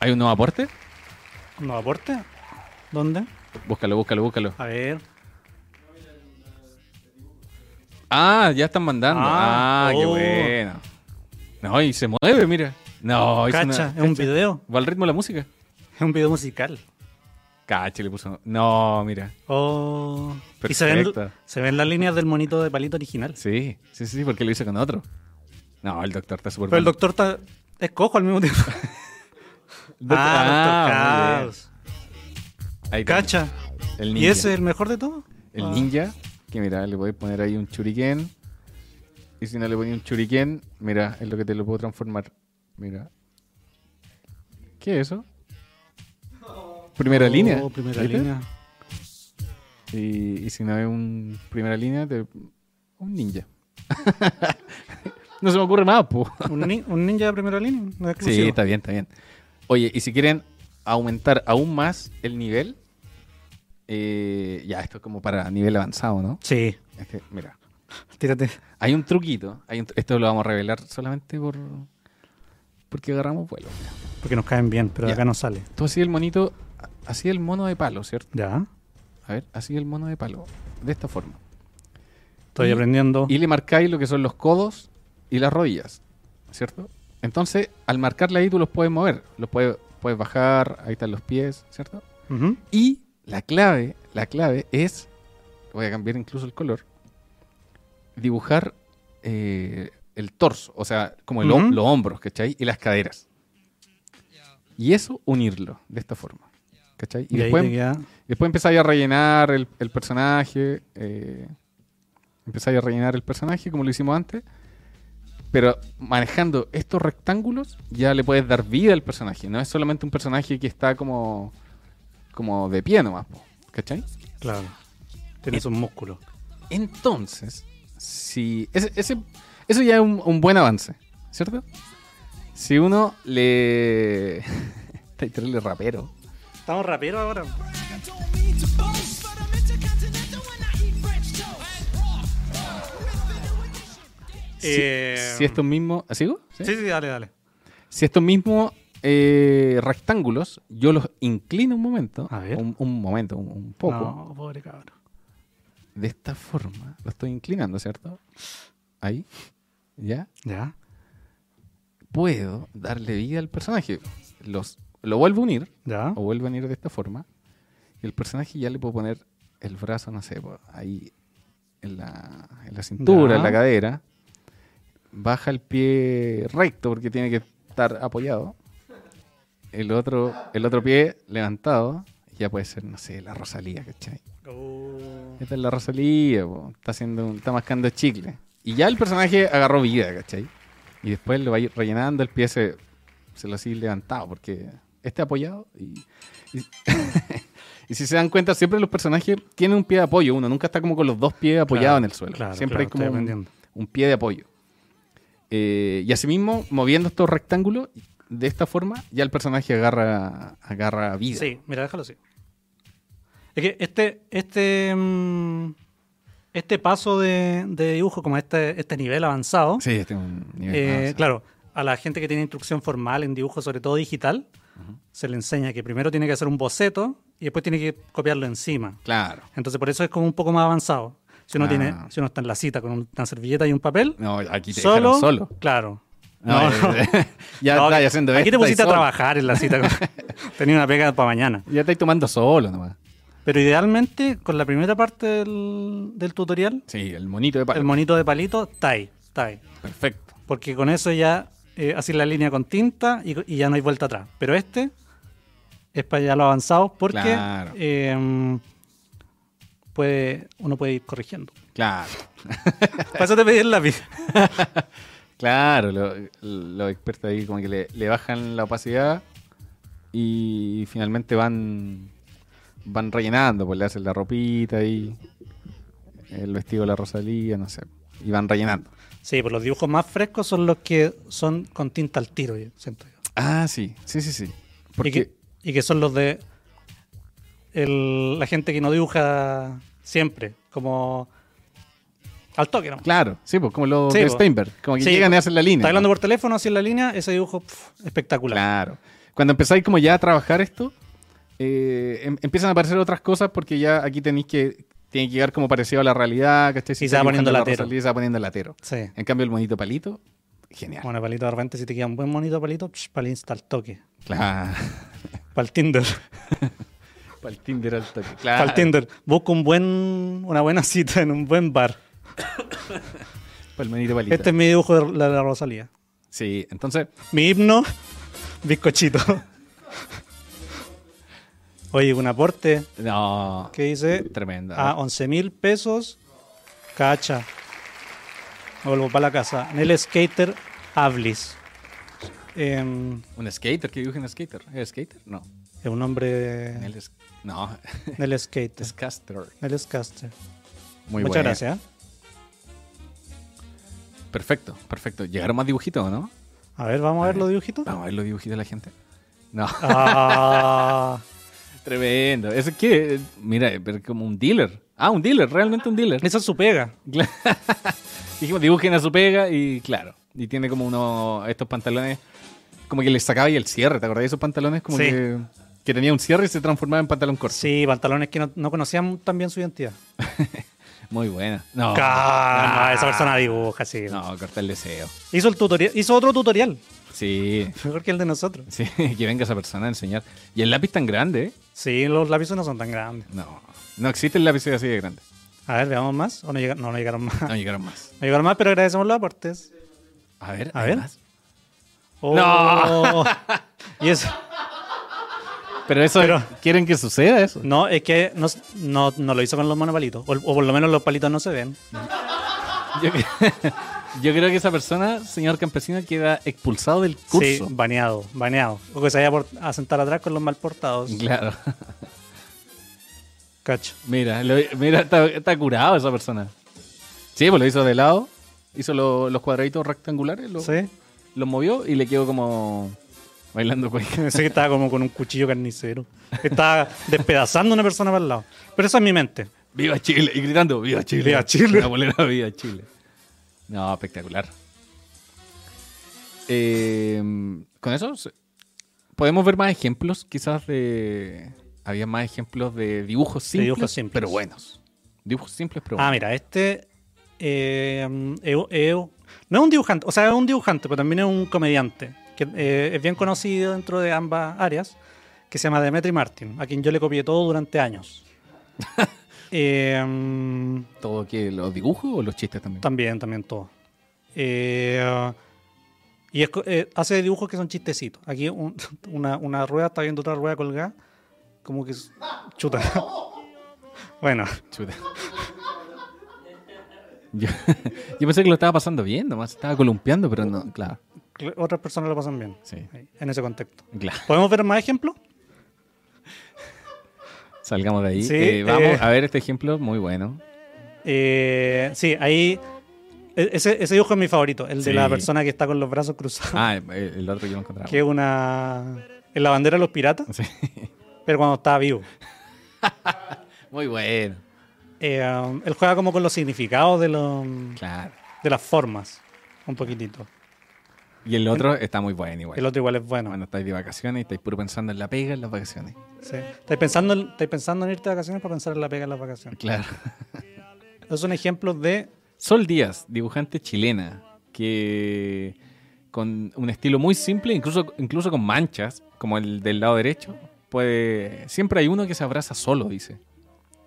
Speaker 2: ¿Hay un nuevo aporte?
Speaker 3: ¿No aporte? ¿Dónde?
Speaker 2: Búscalo, búscalo, búscalo.
Speaker 3: A ver.
Speaker 2: Ah, ya están mandando. Ah,
Speaker 3: Ah,
Speaker 2: qué
Speaker 3: oh.
Speaker 2: bueno. No, y se mueve, mira. No, hizo una-
Speaker 3: Cacha, es un video.
Speaker 2: Va al ritmo de la música.
Speaker 3: Es un video musical.
Speaker 2: Cache, le puso. No, mira.
Speaker 3: Oh. Y se ven,
Speaker 2: Perfecto.
Speaker 3: se ven las líneas del monito de palito original.
Speaker 2: Sí, sí, sí, porque lo hice con otro. No, el doctor está súper
Speaker 3: Pero el
Speaker 2: mal.
Speaker 3: doctor está, es cojo al mismo tiempo.
Speaker 2: Doctor-
Speaker 3: ah,
Speaker 2: Ah, muy
Speaker 3: doctor Caos.
Speaker 2: bien. Ahí tenés.
Speaker 3: Cacha.
Speaker 2: El
Speaker 3: ¿Y
Speaker 2: ninja.
Speaker 3: ese es el mejor de todos?
Speaker 2: El
Speaker 3: Ah.
Speaker 2: ninja, que mira, le voy a poner ahí un churiquén. Y si no le ponía un churiquén, mira, es lo que te lo puedo transformar. Mira. ¿Qué es eso? Primera
Speaker 3: Oh,
Speaker 2: línea.
Speaker 3: Primera
Speaker 2: ¿viste?
Speaker 3: línea.
Speaker 2: Y, y si no es un primera línea, te- un ninja. no se me ocurre más, po.
Speaker 3: ¿Un, ni- un ninja de primera línea. no es
Speaker 2: Sí,
Speaker 3: exclusivo.
Speaker 2: está bien, está bien. Oye, y si quieren aumentar aún más el nivel, eh, ya, esto es como para nivel avanzado, ¿no?
Speaker 3: Sí,
Speaker 2: Es que, mira.
Speaker 3: tírate.
Speaker 2: Hay un truquito. Hay un tru- esto lo vamos a revelar solamente por porque agarramos vuelo. mira.
Speaker 3: Porque nos caen bien, pero de
Speaker 2: Ya.
Speaker 3: acá no sale.
Speaker 2: Tú así el monito, así el mono de palo, ¿cierto?
Speaker 3: Ya.
Speaker 2: A ver, así el mono de palo, de esta forma.
Speaker 3: Estoy
Speaker 2: Y-
Speaker 3: aprendiendo.
Speaker 2: Y le marcáis lo que son los codos y las rodillas, ¿cierto? Entonces, al marcarle ahí tú los puedes mover, los puedes, puedes bajar, ahí están los pies, ¿cierto?
Speaker 3: Ujú.
Speaker 2: Y la clave, la clave es, voy a cambiar incluso el color, dibujar eh, el torso, o sea, como el hom-
Speaker 3: Ujú.
Speaker 2: los hombros, ¿cachai? Y las caderas. Y eso, unirlo de esta forma, ¿cachai? Y,
Speaker 3: Y ahí
Speaker 2: después,
Speaker 3: te queda-
Speaker 2: después empezáis a rellenar el, el personaje, eh, empezáis a rellenar el personaje como lo hicimos antes, pero manejando estos rectángulos ya le puedes dar vida al personaje, no es solamente un personaje que está como, como de pie nomás, po, ¿cachai?
Speaker 3: Claro. Tienes un músculo.
Speaker 2: Entonces, si. Ese, ese- eso ya es un, un buen avance, ¿cierto? Si uno le. Está ahí terrible rapero.
Speaker 3: Estamos raperos ahora.
Speaker 2: Si,
Speaker 3: Eh,
Speaker 2: si estos mismos. ¿Sigo?
Speaker 3: Sí, sí, dale, dale.
Speaker 2: Si estos mismos eh, rectángulos yo los inclino un momento.
Speaker 3: A ver.
Speaker 2: Un, un momento, un, un poco.
Speaker 3: No, pobre cabrón.
Speaker 2: De esta forma. Lo estoy inclinando, ¿cierto? Ahí. ¿Ya?
Speaker 3: Ya.
Speaker 2: Puedo darle vida al personaje. Los, lo vuelvo a unir.
Speaker 3: Ya.
Speaker 2: o vuelve a venir de esta forma. Y el personaje ya le puedo poner el brazo, no sé, po, ahí en la, en la cintura,
Speaker 3: Ya.
Speaker 2: en la cadera. Baja el pie recto porque tiene que estar apoyado. El otro, el otro pie levantado. Ya puede ser, no sé, la Rosalía, ¿cachai?
Speaker 3: Oh.
Speaker 2: Esta es la Rosalía, po, está, haciendo, un- está mascando chicle. Y ya el personaje agarró vida, ¿cachai? Y después lo va a ir rellenando, el pie se, se lo sigue levantado, porque este apoyado. Y, y- y si se dan cuenta, siempre los personajes tienen un pie de apoyo, uno nunca está como con los dos pies apoyados en el suelo.
Speaker 3: claro,
Speaker 2: siempre
Speaker 3: claro,
Speaker 2: hay como
Speaker 3: estoy
Speaker 2: un,
Speaker 3: aprendiendo.
Speaker 2: un pie de apoyo. Eh, y asimismo, moviendo estos rectángulos de esta forma, ya el personaje agarra, agarra vida.
Speaker 3: Sí, mira, déjalo así. Es que este, este, mm, este paso de, de dibujo, como este, este nivel avanzado,
Speaker 2: Sí, este es un nivel
Speaker 3: eh,
Speaker 2: avanzado.
Speaker 3: claro, a la gente que tiene instrucción formal en dibujo, sobre todo digital, se le enseña que primero tiene que hacer un boceto y después tiene que copiarlo encima.
Speaker 2: Claro.
Speaker 3: Entonces, por eso es como un poco más avanzado. Si uno,
Speaker 2: Ah.
Speaker 3: tiene, si uno está en la cita con una servilleta y un papel,
Speaker 2: No, aquí te
Speaker 3: solo,
Speaker 2: dejaron solo.
Speaker 3: Claro.
Speaker 2: No, eh, ya
Speaker 3: No,
Speaker 2: estáis haciendo
Speaker 3: Aquí te
Speaker 2: esto y
Speaker 3: pusiste a
Speaker 2: solo.
Speaker 3: trabajar en la cita. con- Tenía una pega para mañana.
Speaker 2: Ya estáis tomando solo nomás.
Speaker 3: Pero idealmente, con la primera parte del, del tutorial,
Speaker 2: Sí, el monito de palo.
Speaker 3: el monito de palito está ahí, está ahí.
Speaker 2: Perfecto.
Speaker 3: Porque con eso ya eh, haces la línea con tinta y, y ya no hay vuelta atrás. Pero este es para ya lo avanzado porque
Speaker 2: Claro.
Speaker 3: eh, puede, uno puede ir corrigiendo.
Speaker 2: Claro.
Speaker 3: Para eso te pedí el lápiz.
Speaker 2: Claro, lo- los expertos ahí como que le, le bajan la opacidad y finalmente van van rellenando, pues le hacen la ropita y el vestido de la Rosalía, no sé. Y van rellenando.
Speaker 3: Sí, pues los dibujos más frescos son los que son con tinta al tiro, yo siento yo.
Speaker 2: Ah, sí, sí, sí, sí. Porque
Speaker 3: Y que, y que son los de el- la gente que no dibuja siempre, como al toque, ¿no?
Speaker 2: Claro, sí, pues como los
Speaker 3: Sí,
Speaker 2: de
Speaker 3: pues.
Speaker 2: Steinberg, como que
Speaker 3: Sí,
Speaker 2: llegan y
Speaker 3: pues.
Speaker 2: hacen la línea. ¿no?
Speaker 3: Está hablando por teléfono, así en la línea, ese dibujo pf, espectacular.
Speaker 2: Claro. Cuando empezáis como ya a trabajar esto, eh, em- empiezan a aparecer otras cosas porque ya aquí tenéis que tiene que llegar como parecido a la realidad, ¿cachai?
Speaker 3: Y se va
Speaker 2: estáis
Speaker 3: poniendo
Speaker 2: dibujando la
Speaker 3: latero.
Speaker 2: Rosalía, se va poniendo latero.
Speaker 3: Sí.
Speaker 2: En cambio el monito palito, genial.
Speaker 3: Bueno, palito, de repente, si te queda un buen monito palito, psh, para el Insta al toque,
Speaker 2: Claro.
Speaker 3: para el Tinder.
Speaker 2: Para el Tinder al toque.
Speaker 3: Para el Tinder, busco un buen, una buena cita en un buen bar.
Speaker 2: Para el menito palita.
Speaker 3: Este es mi dibujo de la, la Rosalía.
Speaker 2: Sí, entonces,
Speaker 3: Mi himno, bizcochito. Oye, un aporte
Speaker 2: no.
Speaker 3: que dice
Speaker 2: Tremenda.
Speaker 3: a 11 mil pesos. Cacha. Me vuelvo para la casa. Nel Skater Ablis. Em,
Speaker 2: Un skater, que dibuje un skater. ¿Es skater? No.
Speaker 3: es un nombre
Speaker 2: Nel
Speaker 3: de
Speaker 2: es- No,
Speaker 3: Nel Skater.
Speaker 2: es caster.
Speaker 3: Nel Skater.
Speaker 2: Muy
Speaker 3: Muchas
Speaker 2: bueno.
Speaker 3: gracias. ¿eh?
Speaker 2: Perfecto, perfecto. Llegaron más dibujitos, ¿o ¿no?
Speaker 3: A ver, vamos a ver los dibujitos.
Speaker 2: Vamos a ver los dibujitos de la gente. No,
Speaker 3: Ah,
Speaker 2: tremendo. ¿Eso qué? Mira, pero como un dealer. Ah, un dealer, realmente un dealer.
Speaker 3: esa es su pega.
Speaker 2: Dijimos, dibujen a su pega y claro. Y tiene como uno, estos pantalones, como que le sacaba ahí el cierre, ¿te acordás de esos pantalones? Como
Speaker 3: Sí.
Speaker 2: que, que tenía un cierre y se transformaba en pantalón corto.
Speaker 3: Sí, pantalones que no, no conocían tan bien su identidad.
Speaker 2: Muy buena. No,
Speaker 3: Calma,
Speaker 2: Ah.
Speaker 3: esa persona dibuja, sí.
Speaker 2: no, corta el deseo.
Speaker 3: Hizo, el tutorial, hizo otro tutorial,
Speaker 2: Sí,
Speaker 3: mejor que el de nosotros.
Speaker 2: sí, que venga esa persona a enseñar. Y el lápiz tan grande, ¿eh?
Speaker 3: Sí, los lápices no son tan grandes.
Speaker 2: No, no existen lápices así de grandes.
Speaker 3: A ver, veamos más. ¿O no, llegaron, no, no llegaron más.
Speaker 2: No llegaron más.
Speaker 3: No llegaron más, pero agradecemos los aportes.
Speaker 2: A ver,
Speaker 3: A
Speaker 2: ¿hay
Speaker 3: ver.
Speaker 2: más?
Speaker 3: ¡No! Oh. y eso,
Speaker 2: Pero eso,
Speaker 3: Pero-
Speaker 2: ¿quieren que suceda eso?
Speaker 3: no, es que no, no, no lo hizo con los monopalitos. O, o por lo menos los palitos no se ven.
Speaker 2: Yo, cre- yo creo que esa persona, señor campesino, queda expulsado del
Speaker 3: Sí,
Speaker 2: curso.
Speaker 3: baneado, baneado. O que se vaya por- a sentar atrás con los mal portados.
Speaker 2: Claro.
Speaker 3: Cacho.
Speaker 2: Mira, lo- mira está, está curado esa persona. Sí, pues lo hizo de lado. Hizo lo- los cuadraditos rectangulares, lo-
Speaker 3: Sí.
Speaker 2: los movió y le quedó como bailando cueca.
Speaker 3: Pensé que estaba como con un cuchillo carnicero. Estaba despedazando a una persona para el lado. Pero esa es mi mente.
Speaker 2: ¡Viva Chile! Y gritando, ¡Viva Chile!
Speaker 3: ¡Viva Chile!
Speaker 2: Una bolera, ¡Viva Chile! No, espectacular. Eh, Con eso, se- podemos ver más ejemplos, quizás de... Había más ejemplos de dibujos simples,
Speaker 3: dibujos simples.
Speaker 2: pero buenos. Dibujos simples, pero
Speaker 3: Ah,
Speaker 2: buenos.
Speaker 3: mira, este. eh, eu- eu- no es un dibujante, o sea, es un dibujante, pero también es un comediante. Que eh, es bien conocido dentro de ambas áreas, que se llama Demetri Martin, a quien yo le copié todo durante años. Eh,
Speaker 2: ¿Todo que ¿Los dibujos o los chistes también?
Speaker 3: también, también todo. Eh, y es co- eh, hace dibujos que son chistecitos. Aquí un- una, una rueda está viendo otra rueda colgada, como que es- chuta. bueno,
Speaker 2: Chuta. Yo, yo pensé que lo estaba pasando bien, nomás estaba columpiando, pero no, claro.
Speaker 3: cl- otras personas lo pasan bien
Speaker 2: Sí,
Speaker 3: ahí, en ese contexto.
Speaker 2: claro.
Speaker 3: ¿Podemos ver más ejemplos?
Speaker 2: Salgamos de ahí.
Speaker 3: Sí,
Speaker 2: Eh, vamos
Speaker 3: eh.
Speaker 2: a ver este ejemplo muy bueno.
Speaker 3: Eh, sí, ahí. e- Ese, ese dibujo es mi favorito, el de
Speaker 2: Sí.
Speaker 3: la persona que está con los brazos cruzados,
Speaker 2: Ah, el, el otro yo lo encontraba.
Speaker 3: que es una. Es la bandera de los piratas,
Speaker 2: Sí.
Speaker 3: pero cuando está vivo.
Speaker 2: Muy bueno.
Speaker 3: Eh, um, él juega como con los significados de, los,
Speaker 2: Claro.
Speaker 3: de las formas, un poquitito.
Speaker 2: Y el otro está muy bueno igual.
Speaker 3: El otro igual es bueno.
Speaker 2: Cuando estáis de vacaciones y estáis puro pensando en la pega en las vacaciones.
Speaker 3: sí. ¿Estáis, pensando, en- estáis pensando en irte de vacaciones para pensar en la pega en las vacaciones.
Speaker 2: Claro.
Speaker 3: Esos son ejemplos de.
Speaker 2: Sol Díaz, dibujante chilena, que con un estilo muy simple, incluso, incluso con manchas, como el del lado derecho, puede... Siempre hay uno que se abraza solo, dice.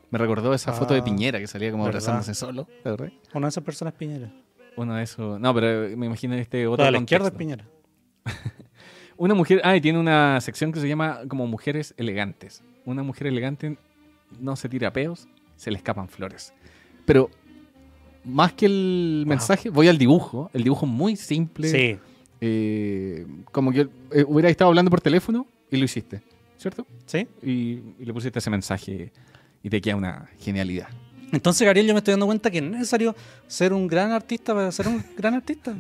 Speaker 2: Me recordó esa foto de
Speaker 3: Ah,
Speaker 2: Piñera que salía como
Speaker 3: ¿verdad?
Speaker 2: abrazándose solo, ¿te acordás?
Speaker 3: Una de esas personas Piñera.
Speaker 2: Uno de esos... No, pero me imagino este otro
Speaker 3: Toda la izquierda es
Speaker 2: contexto.
Speaker 3: Piñera.
Speaker 2: Una mujer, ah, y tiene una sección que se llama como mujeres elegantes. Una mujer elegante no se tira peos, se le escapan flores. Pero más que el
Speaker 3: Wow.
Speaker 2: mensaje, voy al dibujo. El dibujo muy simple.
Speaker 3: Sí,
Speaker 2: Eh, como que eh, hubiera estado hablando por teléfono y lo hiciste, ¿cierto?
Speaker 3: sí.
Speaker 2: Y, y le pusiste ese mensaje y te queda una genialidad.
Speaker 3: Entonces, Gabriel, yo me estoy dando cuenta que es necesario ser un gran artista para ser un gran artista.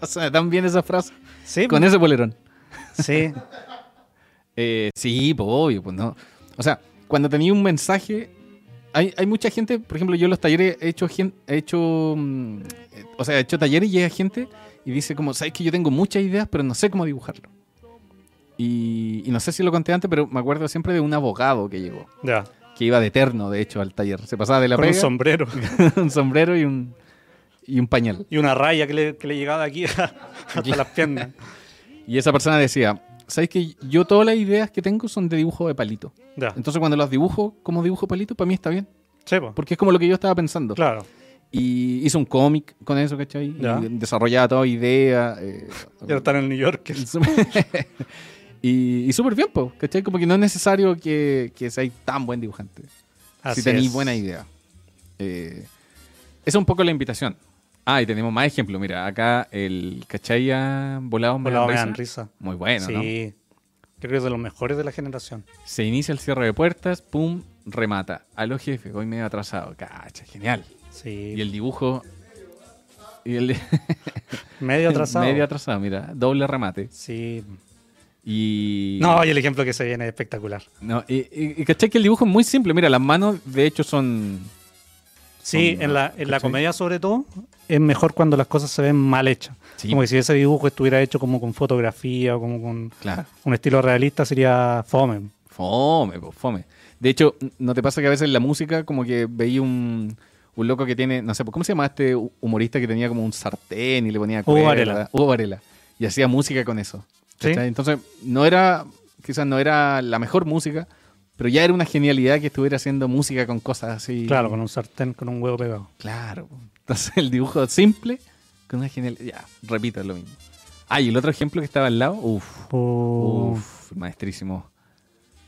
Speaker 2: o sea, tan bien esa frase.
Speaker 3: Sí,
Speaker 2: Con ese bolerón.
Speaker 3: sí.
Speaker 2: Eh, sí, pues obvio, pues no. O sea, cuando tenía un mensaje, hay, hay mucha gente, por ejemplo, yo en los talleres he hecho, gen- he hecho, mm, eh, o sea, he hecho talleres y llega gente y dice como, sabes que yo tengo muchas ideas, pero no sé cómo dibujarlo. Y, y no sé si lo conté antes, pero me acuerdo siempre de un abogado que llegó,
Speaker 3: Ya.
Speaker 2: que iba de eterno, de hecho, al taller. Se pasaba de la
Speaker 3: Con un
Speaker 2: pega,
Speaker 3: sombrero
Speaker 2: un sombrero y un, y un pañal.
Speaker 3: y una raya que le, que le llegaba de aquí hasta las piernas.
Speaker 2: Y esa persona decía, ¿Sabes que yo todas las ideas que tengo son de dibujo de palito?
Speaker 3: Ya.
Speaker 2: Entonces cuando las dibujo como dibujo palito, para mí está bien.
Speaker 3: Sí, po.
Speaker 2: Porque es como lo que yo estaba pensando.
Speaker 3: Claro.
Speaker 2: Y hice un cómic con eso, ¿cachai? Y
Speaker 3: Ya.
Speaker 2: desarrollaba toda idea. eh,
Speaker 3: Y ahora están en el New York.
Speaker 2: y y súper bien, po, ¿cachai? Como que no es necesario que, que seas tan buen dibujante.
Speaker 3: Así
Speaker 2: si tenéis
Speaker 3: es.
Speaker 2: buena idea. Eh, esa es un poco la invitación. Ah, y tenemos más ejemplos. Mira, acá el Cachaya Volado
Speaker 3: Por
Speaker 2: Me
Speaker 3: la
Speaker 2: Dan
Speaker 3: me dan
Speaker 2: Risa.
Speaker 3: risa.
Speaker 2: Muy bueno, ¿no?
Speaker 3: sí. Creo que es de los mejores de la generación.
Speaker 2: Se inicia el cierre de puertas, pum, remata. A los jefes, voy medio atrasado. Cacha, genial.
Speaker 3: Sí.
Speaker 2: Y el dibujo. Y el
Speaker 3: Medio atrasado.
Speaker 2: medio atrasado, mira, doble remate.
Speaker 3: Sí.
Speaker 2: Y.
Speaker 3: No, y el ejemplo que se viene es espectacular.
Speaker 2: No, y, y- y cachai que el dibujo es muy simple. Mira, las manos, de hecho, son.
Speaker 3: Sí,
Speaker 2: Son-
Speaker 3: en la, en la
Speaker 2: ¿cachai?
Speaker 3: comedia sobre todo es mejor cuando las cosas se ven mal hechas.
Speaker 2: Sí,
Speaker 3: Como que si ese dibujo estuviera hecho como con fotografía o como con
Speaker 2: claro.
Speaker 3: un estilo realista sería fome.
Speaker 2: Fome, po, fome. De hecho, ¿no te pasa que a veces en la música, como que veía un, un loco que tiene, no sé, ¿cómo se llama este hu- humorista que tenía como un sartén y le ponía
Speaker 3: Hugo
Speaker 2: cuerda?
Speaker 3: Varela.
Speaker 2: Hugo Varela. Y hacía música con eso.
Speaker 3: Sí.
Speaker 2: ¿cachai? Entonces, no era, quizás no era la mejor música, pero ya era una genialidad que estuviera haciendo música con cosas así.
Speaker 3: Claro, con un sartén, con un huevo pegado.
Speaker 2: Claro. po. Entonces, el dibujo simple con una genialidad. Ya, repito, es lo mismo. Ah, y el otro ejemplo que estaba al lado, uff,
Speaker 3: Uh,
Speaker 2: uff, maestrísimo.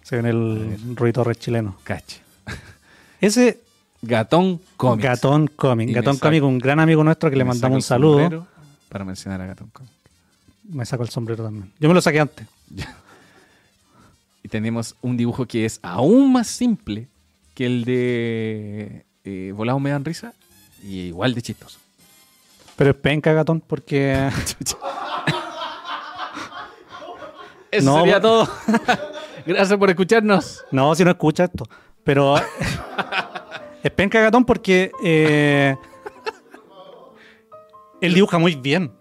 Speaker 3: Se ve en el ruido re chileno.
Speaker 2: Cacho.
Speaker 3: Ese
Speaker 2: Gatón Comics.
Speaker 3: Gatón Comic.
Speaker 2: Y
Speaker 3: Gatón
Speaker 2: me saco-
Speaker 3: Comic, un gran amigo nuestro que le
Speaker 2: Me saco
Speaker 3: mandamos un
Speaker 2: el
Speaker 3: saludo.
Speaker 2: sombrero Para mencionar a Gatón Comics.
Speaker 3: Me saco el sombrero también. Yo me lo saqué antes.
Speaker 2: Y tenemos un dibujo que es aún más simple que el de eh, Volado me dan risa y igual de chistoso.
Speaker 3: Pero es penca, gatón, porque.
Speaker 2: Eso
Speaker 3: No,
Speaker 2: sería
Speaker 3: bo-
Speaker 2: todo. Gracias por escucharnos.
Speaker 3: No, si no escucha esto. Pero. es penca, gatón, porque. eh, él dibuja muy bien.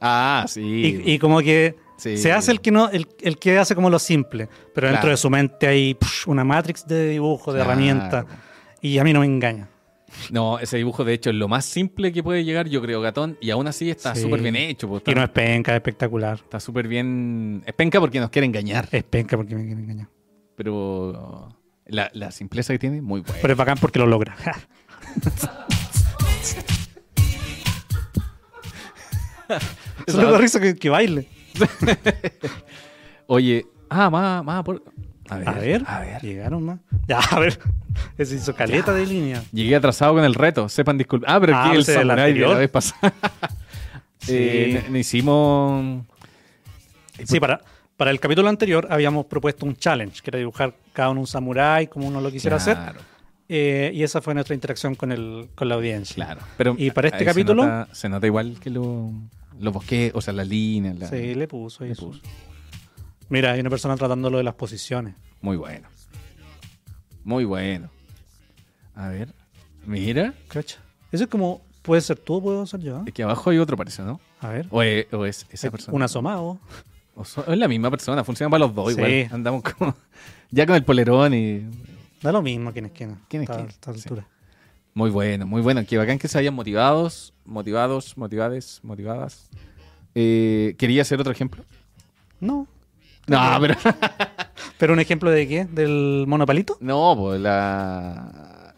Speaker 2: Ah, sí.
Speaker 3: Y, y como que.
Speaker 2: Sí.
Speaker 3: Se hace el que no, el, el que hace como lo simple, pero dentro
Speaker 2: Claro.
Speaker 3: de su mente hay psh, una matrix de dibujo, de
Speaker 2: Claro.
Speaker 3: herramientas, y a mí no me engaña.
Speaker 2: No, ese dibujo de hecho es lo más simple que puede llegar, yo creo, Gatón. Y aún así está
Speaker 3: Sí.
Speaker 2: súper bien hecho. po,
Speaker 3: Y no
Speaker 2: está-
Speaker 3: es penca, es espectacular.
Speaker 2: Está súper bien. Es penca porque nos quiere engañar.
Speaker 3: Es penca porque me quiere engañar.
Speaker 2: Pero la, la simpleza que tiene, muy buena.
Speaker 3: Pero es bacán porque lo logra.
Speaker 2: Eso
Speaker 3: Solo la
Speaker 2: no-
Speaker 3: risa que, que baile.
Speaker 2: Oye, ah, más, más por... A ver,
Speaker 3: A ver,
Speaker 2: a ver.
Speaker 3: Llegaron más. Ya, a ver. Ese hizo caleta de línea.
Speaker 2: Llegué atrasado con el reto, sepan disculpar. Ah, pero
Speaker 3: Ah,
Speaker 2: aquí el
Speaker 3: ese era el
Speaker 2: samurái de la
Speaker 3: anterior.
Speaker 2: vez pasada.
Speaker 3: Sí.
Speaker 2: Eh, no- no hicimos...
Speaker 3: Sí, para, para el capítulo anterior habíamos propuesto un challenge, que era dibujar cada uno un samurái como uno lo quisiera hacer.
Speaker 2: Claro,
Speaker 3: Eh, y esa fue nuestra interacción con, el, con la audiencia.
Speaker 2: claro. Pero
Speaker 3: Y para este
Speaker 2: ahí se
Speaker 3: capítulo-
Speaker 2: nota- Se nota, igual que lo- los bosques, o sea, las líneas. la-
Speaker 3: Sí, le puso
Speaker 2: le
Speaker 3: eso.
Speaker 2: puso.
Speaker 3: Mira, hay una persona tratándolo de las posiciones.
Speaker 2: Muy bueno. Muy bueno. A ver, mira.
Speaker 3: Cacha. Eso es como, puede ser tú, puedo ser yo. ¿eh?
Speaker 2: Aquí abajo hay otro, parece, ¿no?
Speaker 3: A ver. Eh,
Speaker 2: O es, o es Oh, esa persona.
Speaker 3: Un asomado.
Speaker 2: O so- es la misma persona, funciona para los dos
Speaker 3: Sí.
Speaker 2: igual. Andamos como, ya con el polerón y...
Speaker 3: Da lo mismo quién es quién.
Speaker 2: ¿Quién es
Speaker 3: a
Speaker 2: quién?
Speaker 3: esta
Speaker 2: Sí.
Speaker 3: altura.
Speaker 2: Muy bueno, muy bueno. Qué bacán que se hayan motivados, motivados, motivades, motivadas. Eh, ¿Quería hacer otro ejemplo?
Speaker 3: No.
Speaker 2: No, pero...
Speaker 3: ¿Pero un ejemplo de qué? ¿Del monopalito?
Speaker 2: No, pues la...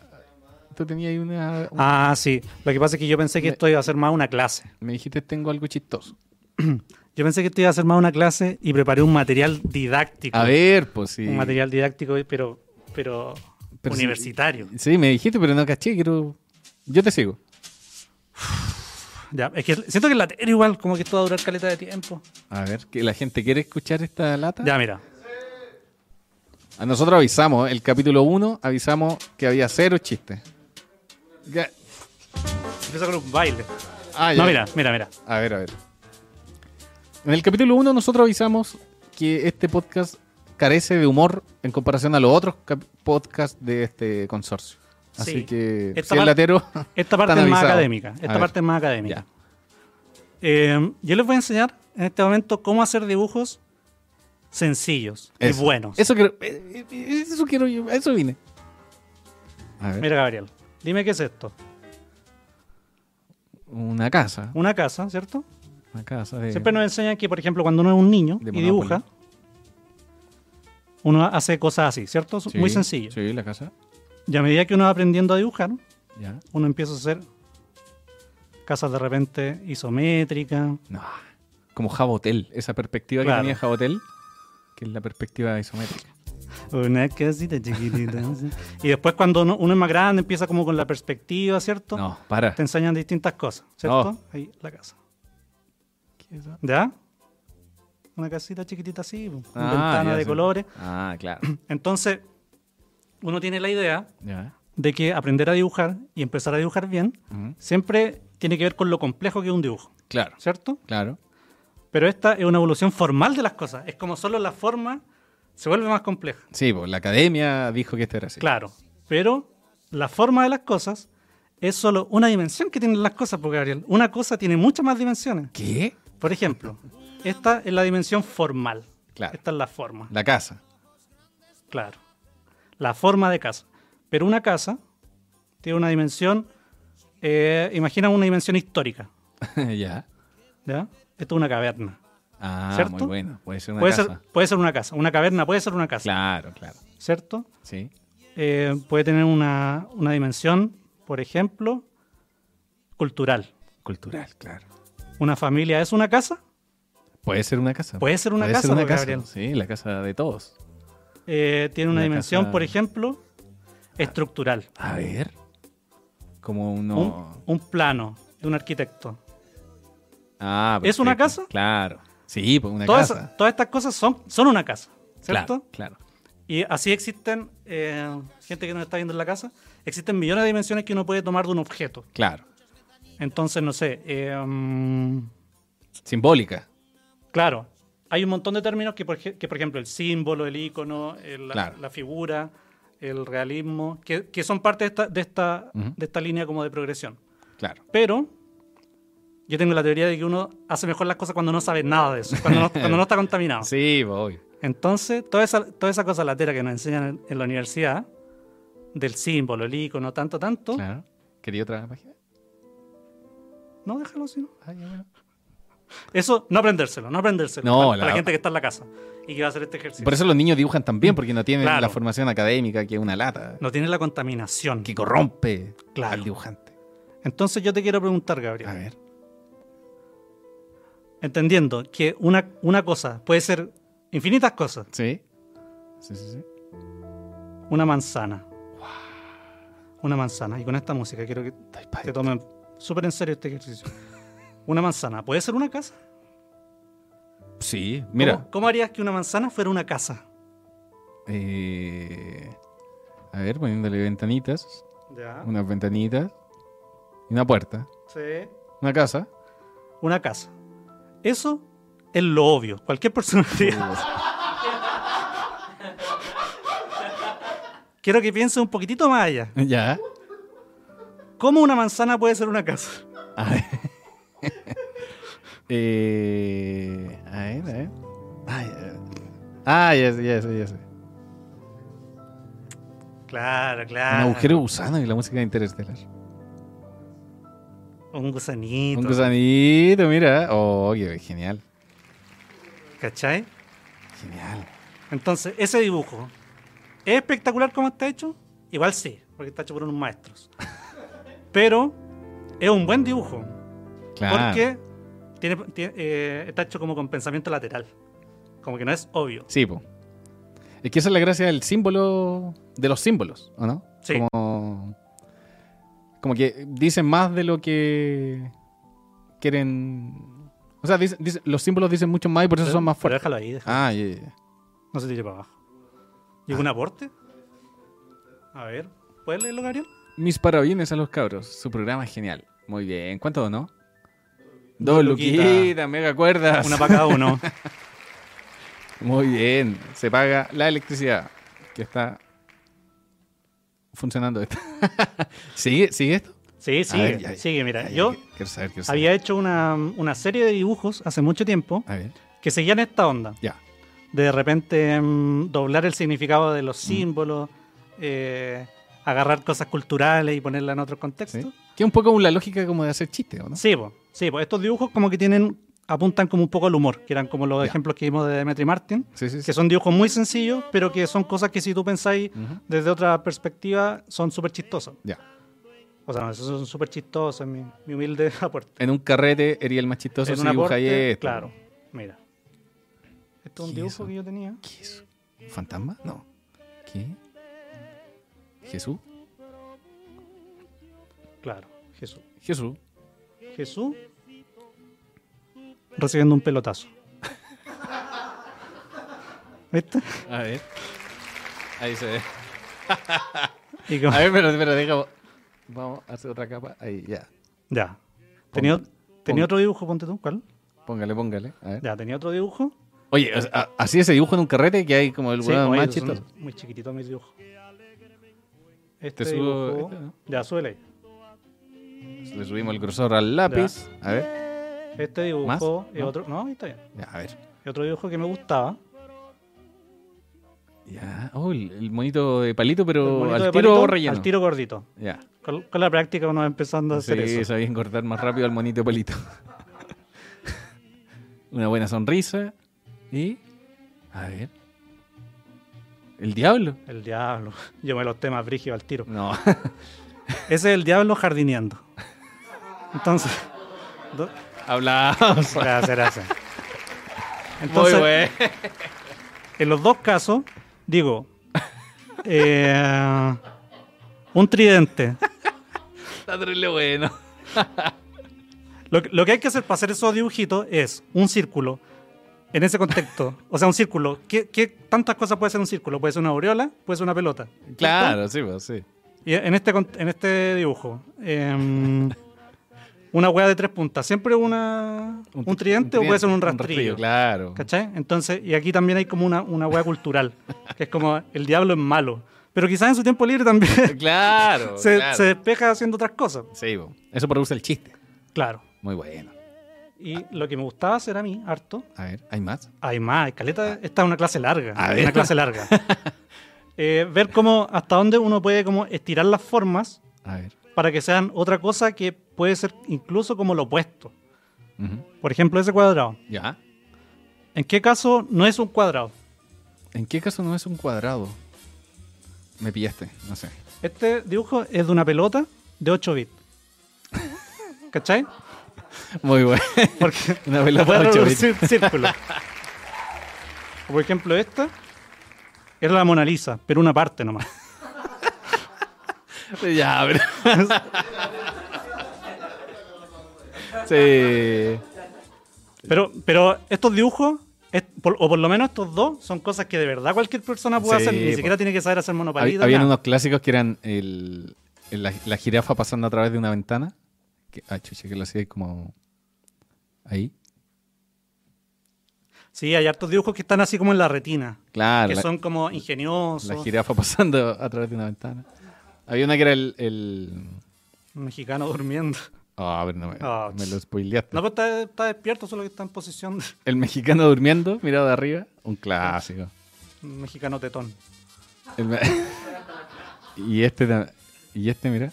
Speaker 2: Tú tenías ahí una... un-
Speaker 3: Ah, sí. Lo que pasa es que yo pensé que esto iba a ser más una clase.
Speaker 2: Me dijiste tengo algo chistoso.
Speaker 3: Yo pensé que esto iba a ser más una clase y preparé un material didáctico.
Speaker 2: A ver, pues sí.
Speaker 3: Un material didáctico, pero, pero,
Speaker 2: Pero sí.
Speaker 3: universitario.
Speaker 2: Sí, me dijiste, pero no caché, quiero... Yo te sigo.
Speaker 3: Ya, es que siento que la era igual, como que esto va a durar caleta de tiempo.
Speaker 2: A ver, que la gente quiere escuchar esta lata.
Speaker 3: Ya, mira.
Speaker 2: A nosotros avisamos, el capítulo 1 avisamos que había cero chistes. Ya-
Speaker 3: Empieza con un baile.
Speaker 2: Ah, ya.
Speaker 3: No, mira, mira, mira.
Speaker 2: A ver, a ver. En el capítulo 1 nosotros avisamos que este podcast carece de humor en comparación a los otros cap- podcasts de este consorcio. Así
Speaker 3: Sí.
Speaker 2: que si
Speaker 3: Esta
Speaker 2: es
Speaker 3: par-
Speaker 2: latero,
Speaker 3: Esta parte
Speaker 2: Están
Speaker 3: es más
Speaker 2: avisados.
Speaker 3: académica.
Speaker 2: A
Speaker 3: Esta
Speaker 2: ver.
Speaker 3: parte es más académica.
Speaker 2: ya.
Speaker 3: Eh, yo les voy a enseñar en este momento cómo hacer dibujos sencillos
Speaker 2: Eso.
Speaker 3: y buenos.
Speaker 2: Eso quiero, eh, eh, eso quiero yo, a eso vine. A ver,
Speaker 3: Mira, Gabriel, dime qué es esto.
Speaker 2: una casa,
Speaker 3: Una casa, ¿cierto?
Speaker 2: una casa de
Speaker 3: Siempre nos enseñan que, por ejemplo, cuando uno es un niño
Speaker 2: de
Speaker 3: y
Speaker 2: Monopoly.
Speaker 3: dibuja, uno hace cosas así, ¿cierto? Es
Speaker 2: Sí,
Speaker 3: Muy sencillo.
Speaker 2: Sí, la casa.
Speaker 3: Y a medida que uno va aprendiendo a dibujar,
Speaker 2: Ya.
Speaker 3: uno empieza a hacer casas de repente isométricas.
Speaker 2: No. Como Jabotel, esa perspectiva que
Speaker 3: Claro.
Speaker 2: tenía Jabotel, que es la perspectiva isométrica.
Speaker 3: Una casita chiquitita. sí. y después cuando uno, uno es más grande empieza como con la perspectiva, ¿cierto?
Speaker 2: No, para.
Speaker 3: Te enseñan distintas cosas, ¿cierto?
Speaker 2: No.
Speaker 3: Ahí la casa.
Speaker 2: ¿Qué es eso?
Speaker 3: ¿Ya? Una casita chiquitita así, con
Speaker 2: Ah,
Speaker 3: ventana
Speaker 2: ya
Speaker 3: de
Speaker 2: sé.
Speaker 3: colores.
Speaker 2: Ah, claro.
Speaker 3: Entonces, uno tiene la idea
Speaker 2: ya.
Speaker 3: de que aprender a dibujar y empezar a dibujar bien
Speaker 2: Ujú.
Speaker 3: siempre tiene que ver con lo complejo que es un dibujo,
Speaker 2: Claro,
Speaker 3: ¿cierto?
Speaker 2: claro.
Speaker 3: Pero esta es una evolución formal de las cosas. Es como solo la forma se vuelve más compleja.
Speaker 2: Sí, pues la academia dijo que este era así.
Speaker 3: Claro. Pero la forma de las cosas es solo una dimensión que tienen las cosas, porque Gabriel, una cosa tiene muchas más dimensiones.
Speaker 2: ¿Qué?
Speaker 3: Por ejemplo, esta es la dimensión formal.
Speaker 2: Claro.
Speaker 3: Esta es la forma.
Speaker 2: La casa.
Speaker 3: Claro. La forma de casa. Pero una casa tiene una dimensión, eh, imagina una dimensión histórica.
Speaker 2: ya.
Speaker 3: ¿ya? Esto es una caverna.
Speaker 2: Ah,
Speaker 3: ¿Cierto?
Speaker 2: muy bueno. Puede ser una
Speaker 3: Puede
Speaker 2: casa.
Speaker 3: ser, puede ser una casa. Una caverna puede ser una casa.
Speaker 2: Claro, claro.
Speaker 3: ¿Cierto?
Speaker 2: Sí.
Speaker 3: Eh, puede tener una, una dimensión, por ejemplo, cultural.
Speaker 2: Cultural, claro.
Speaker 3: ¿Una familia es una casa?
Speaker 2: Puede ser una casa.
Speaker 3: Puede ser una
Speaker 2: Puede
Speaker 3: casa,
Speaker 2: ser una
Speaker 3: don
Speaker 2: casa.
Speaker 3: Gabriel.
Speaker 2: Sí, la casa de todos.
Speaker 3: Eh, tiene una,
Speaker 2: Una
Speaker 3: dimensión,
Speaker 2: casa-
Speaker 3: por ejemplo, estructural.
Speaker 2: A ver. Como uno.
Speaker 3: Un, un plano de un arquitecto.
Speaker 2: Ah,
Speaker 3: ¿Es una
Speaker 2: perfecto.
Speaker 3: casa?
Speaker 2: Claro. Sí, pues una
Speaker 3: Todas,
Speaker 2: casa.
Speaker 3: todas estas cosas son, son una casa, ¿cierto?
Speaker 2: Claro, claro.
Speaker 3: Y así existen, eh, gente que nos está viendo en la casa, existen millones de dimensiones que uno puede tomar de un objeto.
Speaker 2: Claro.
Speaker 3: Entonces, no sé, eh, mm,
Speaker 2: Simbólica.
Speaker 3: Claro, hay un montón de términos que por, ej- que, por ejemplo, el símbolo, el icono, el- la,
Speaker 2: Claro.
Speaker 3: la figura, el realismo, que, que son parte de esta, de, esta,
Speaker 2: Ujú.
Speaker 3: de esta línea como de progresión.
Speaker 2: Claro.
Speaker 3: Pero yo tengo la teoría de que uno hace mejor las cosas cuando no sabe nada de eso, cuando no, cuando no está contaminado.
Speaker 2: Sí, voy.
Speaker 3: Entonces, toda esa, toda esa cosa latera que nos enseñan en, en la universidad, del símbolo, el icono, tanto, tanto,
Speaker 2: Claro. ¿Quería otra página?
Speaker 3: no déjalo sino.
Speaker 2: Ah, ya, bueno.
Speaker 3: Eso, no aprendérselo, no aprendérselo.
Speaker 2: No,
Speaker 3: para, para
Speaker 2: la-
Speaker 3: la gente que está en la casa y que va a hacer este ejercicio.
Speaker 2: Por eso los niños dibujan también, porque no tienen
Speaker 3: Claro.
Speaker 2: la formación académica, que es una lata,
Speaker 3: No tiene la contaminación.
Speaker 2: que corrompe
Speaker 3: Claro.
Speaker 2: al dibujante.
Speaker 3: Entonces yo te quiero preguntar, Gabriel.
Speaker 2: A ver.
Speaker 3: Entendiendo que una, una cosa puede ser infinitas cosas.
Speaker 2: Sí. Sí, sí, sí.
Speaker 3: Una manzana. Una manzana. Y con esta música quiero que
Speaker 2: Estoy pa'
Speaker 3: te tomen súper en serio este ejercicio. Una manzana. ¿Puede ser una casa? ¿Cómo-
Speaker 2: Sí, mira.
Speaker 3: ¿Cómo, harías que una manzana fuera una casa?
Speaker 2: eh, a ver, poniéndole ventanitas,
Speaker 3: Ya. Una,
Speaker 2: unas ventanitas y una puerta, una casa.
Speaker 3: Una casa. Eso es lo obvio. Cualquier persona haría. Quiero que piense un poquitito más allá.
Speaker 2: ya.
Speaker 3: ¿Cómo una manzana puede ser una casa?
Speaker 2: A ver. Eh, a ver, a ver. Ay, a ver. Ah, ya sé, ya sé, ya sé.
Speaker 3: Claro,
Speaker 2: Un
Speaker 3: claro.
Speaker 2: agujero gusano y la música de Interestelar.
Speaker 3: Un gusanito.
Speaker 2: Un gusanito, mira. Oh, qué genial.
Speaker 3: ¿Cachai?
Speaker 2: Genial.
Speaker 3: Entonces, ese dibujo, ¿es espectacular como está hecho? Igual sí, porque está hecho por unos maestros. Pero es un buen dibujo,
Speaker 2: Claro.
Speaker 3: porque tiene, tiene- eh, está hecho como con pensamiento lateral. Como que no es obvio.
Speaker 2: Sí, po. Es que esa es la gracia del símbolo, de los símbolos, ¿o no?
Speaker 3: Sí.
Speaker 2: Como, como que dicen más de lo que quieren... O sea, dicen- dicen- los símbolos dicen mucho más y por eso son más
Speaker 3: Pero
Speaker 2: fuertes.
Speaker 3: déjalo ahí, déjalo.
Speaker 2: Ah, ya, ya, ya.
Speaker 3: no se tire para abajo. ¿Llegó un aporte? A ver, ¿puedes leerlo, Gabriel?
Speaker 2: Mis parabienes a los cabros. Su programa es genial. Muy bien. ¿Cuánto donó? Dos
Speaker 3: luquitas.
Speaker 2: luquitas, mega cuerdas.
Speaker 3: Una para cada uno.
Speaker 2: Muy bien, se paga la electricidad que está funcionando. Esta. ¿Sigue, ¿Sigue esto?
Speaker 3: Sí,
Speaker 2: A ver, ya,
Speaker 3: sigue,
Speaker 2: ya.
Speaker 3: sigue, mira.
Speaker 2: Ay,
Speaker 3: Yo
Speaker 2: qu- quiero saber, quiero saber.
Speaker 3: había hecho una, una serie de dibujos hace mucho tiempo
Speaker 2: A ver,
Speaker 3: que seguían esta onda.
Speaker 2: ya.
Speaker 3: de repente mm, doblar el significado de
Speaker 2: Mm.
Speaker 3: los símbolos, eh, agarrar cosas culturales y ponerla en otro contexto.
Speaker 2: ¿sí?
Speaker 3: Sí,
Speaker 2: Que un poco la lógica como de hacer chiste, ¿o no?
Speaker 3: po, sí, po. estos dibujos como que tienen apuntan como un poco al humor, que eran como los
Speaker 2: Ya.
Speaker 3: ejemplos que vimos de Demetri Martin,
Speaker 2: Sí, sí, sí.
Speaker 3: que son dibujos muy sencillos, pero que son cosas que si tú pensáis
Speaker 2: Ujú.
Speaker 3: desde otra perspectiva son súper chistosas.
Speaker 2: Ya.
Speaker 3: O sea, no, esos son súper chistosos, mi, mi humilde aporte.
Speaker 2: En un carrete sería el más chistoso
Speaker 3: En
Speaker 2: si
Speaker 3: un
Speaker 2: dibujáis
Speaker 3: aporte,
Speaker 2: esto.
Speaker 3: Claro, mira. Esto es un
Speaker 2: ¿Qué
Speaker 3: dibujo
Speaker 2: es eso?
Speaker 3: que yo tenía.
Speaker 2: ¿Qué es? ¿Un fantasma? No. ¿Qué? ¿Jesús?
Speaker 3: Claro, Jesús.
Speaker 2: Jesús.
Speaker 3: Jesús recibiendo un pelotazo. ¿Viste?
Speaker 2: A ver. Ahí se ve.
Speaker 3: Y como-
Speaker 2: A ver, pero, pero deja. Vamos a hacer otra capa. Ahí, ya.
Speaker 3: ya. Tenía,
Speaker 2: pon-
Speaker 3: tenía otro dibujo, ponte tú, ¿cuál?
Speaker 2: Póngale, póngale. A ver.
Speaker 3: Ya, tenía otro dibujo.
Speaker 2: Oye, o sea, a- así ese dibujo en un carrete que hay como el
Speaker 3: Sí,
Speaker 2: hueón
Speaker 3: oye,
Speaker 2: más
Speaker 3: son
Speaker 2: chistoso.
Speaker 3: Muy chiquitito mis dibujos. Este
Speaker 2: Te subo
Speaker 3: dibujo.
Speaker 2: este, ¿no?
Speaker 3: Ya, súbele. ahí.
Speaker 2: Le subimos el grosor al lápiz. A ver.
Speaker 3: Este dibujo es
Speaker 2: ¿No?
Speaker 3: otro. No, ahí está bien.
Speaker 2: Ya, a ver.
Speaker 3: Y otro dibujo que me gustaba.
Speaker 2: Ya. Oh, el, el monito de palito, pero
Speaker 3: el monito
Speaker 2: al
Speaker 3: de
Speaker 2: tiro
Speaker 3: palito,
Speaker 2: relleno.
Speaker 3: Al tiro gordito.
Speaker 2: Ya.
Speaker 3: Con, con la práctica uno va empezando a hacer
Speaker 2: Sí,
Speaker 3: eso.
Speaker 2: sabían cortar más rápido al monito de palito. Una buena sonrisa. Y. A ver. El diablo.
Speaker 3: El diablo. Yo me los temas brígidos al tiro.
Speaker 2: No.
Speaker 3: Ese es el diablo jardineando. Entonces. do-
Speaker 2: Hablamos.
Speaker 3: gracias, gracias.
Speaker 2: Muy
Speaker 3: Entonces,
Speaker 2: bueno.
Speaker 3: en los dos casos, digo. eh, un tridente.
Speaker 2: Está terrible bueno.
Speaker 3: Lo, que- lo que hay que hacer para hacer esos dibujitos es un círculo. En ese contexto, o sea, un círculo. ¿Qué, qué tantas cosas puede ser un círculo? Puede ser una aureola, puede ser una pelota.
Speaker 2: Claro, sí, pues sí.
Speaker 3: Y en este, cont- en este dibujo, em, una hueá de tres puntas. Siempre una, un, tridente o puede ser un rastrillo.
Speaker 2: claro.
Speaker 3: ¿Cachai? Entonces, y aquí también hay como una, una hueá cultural, que es como el diablo es malo. Pero quizás en su tiempo libre también
Speaker 2: Claro.
Speaker 3: se,
Speaker 2: claro.
Speaker 3: se despeja haciendo otras cosas.
Speaker 2: Sí, pues. Eso produce el chiste.
Speaker 3: Claro.
Speaker 2: Muy bueno.
Speaker 3: Y lo que me gustaba hacer a mí, harto,
Speaker 2: A ver, ¿hay más?
Speaker 3: hay más, hay caleta, esta es una clase larga.
Speaker 2: Ah. A
Speaker 3: es
Speaker 2: ver.
Speaker 3: Una clase larga. Eh, ver cómo, hasta dónde uno puede como estirar las formas
Speaker 2: A ver.
Speaker 3: para que sean otra cosa que puede ser incluso como lo opuesto.
Speaker 2: Ujú.
Speaker 3: Por ejemplo, ese cuadrado.
Speaker 2: Ya.
Speaker 3: ¿En qué caso no es un cuadrado?
Speaker 2: ¿En qué caso no es un cuadrado? Me pillaste, no sé.
Speaker 3: Este dibujo es de una pelota de 8 bits. ¿Cachai?
Speaker 2: Muy bueno.
Speaker 3: Porque
Speaker 2: Una pelota
Speaker 3: puede
Speaker 2: de ocho
Speaker 3: reproducir círculo. O Por ejemplo, esta era la Mona Lisa, pero una parte nomás.
Speaker 2: Ya, pero. sí.
Speaker 3: Pero, pero estos dibujos, es- por- o por lo menos estos dos, son cosas que de verdad cualquier persona puede
Speaker 2: Sí,
Speaker 3: hacer. Ni
Speaker 2: po.
Speaker 3: siquiera tiene que saber hacer
Speaker 2: Hab-
Speaker 3: monopalitos.
Speaker 2: habían
Speaker 3: nada.
Speaker 2: unos clásicos que eran el, el- la, la jirafa pasando a través de una ventana. Que, ah, chucha, que lo hacía como. Ahí.
Speaker 3: Sí, hay hartos dibujos que están así como en la retina.
Speaker 2: Claro.
Speaker 3: que
Speaker 2: Ah, la-
Speaker 3: son como ingeniosos,
Speaker 2: La jirafa pasando a través de una ventana. Había una que era el. el...
Speaker 3: mexicanos durmiendo.
Speaker 2: Ah, a ver, no me,
Speaker 3: Ah,
Speaker 2: me lo
Speaker 3: ch-
Speaker 2: spoileaste.
Speaker 3: No, pero está, está despierto, solo que está en posición de
Speaker 2: El mexicano durmiendo, mirado de arriba. Un clásico.
Speaker 3: un mexicano tetón.
Speaker 2: El me- y este, tam- y este, mira.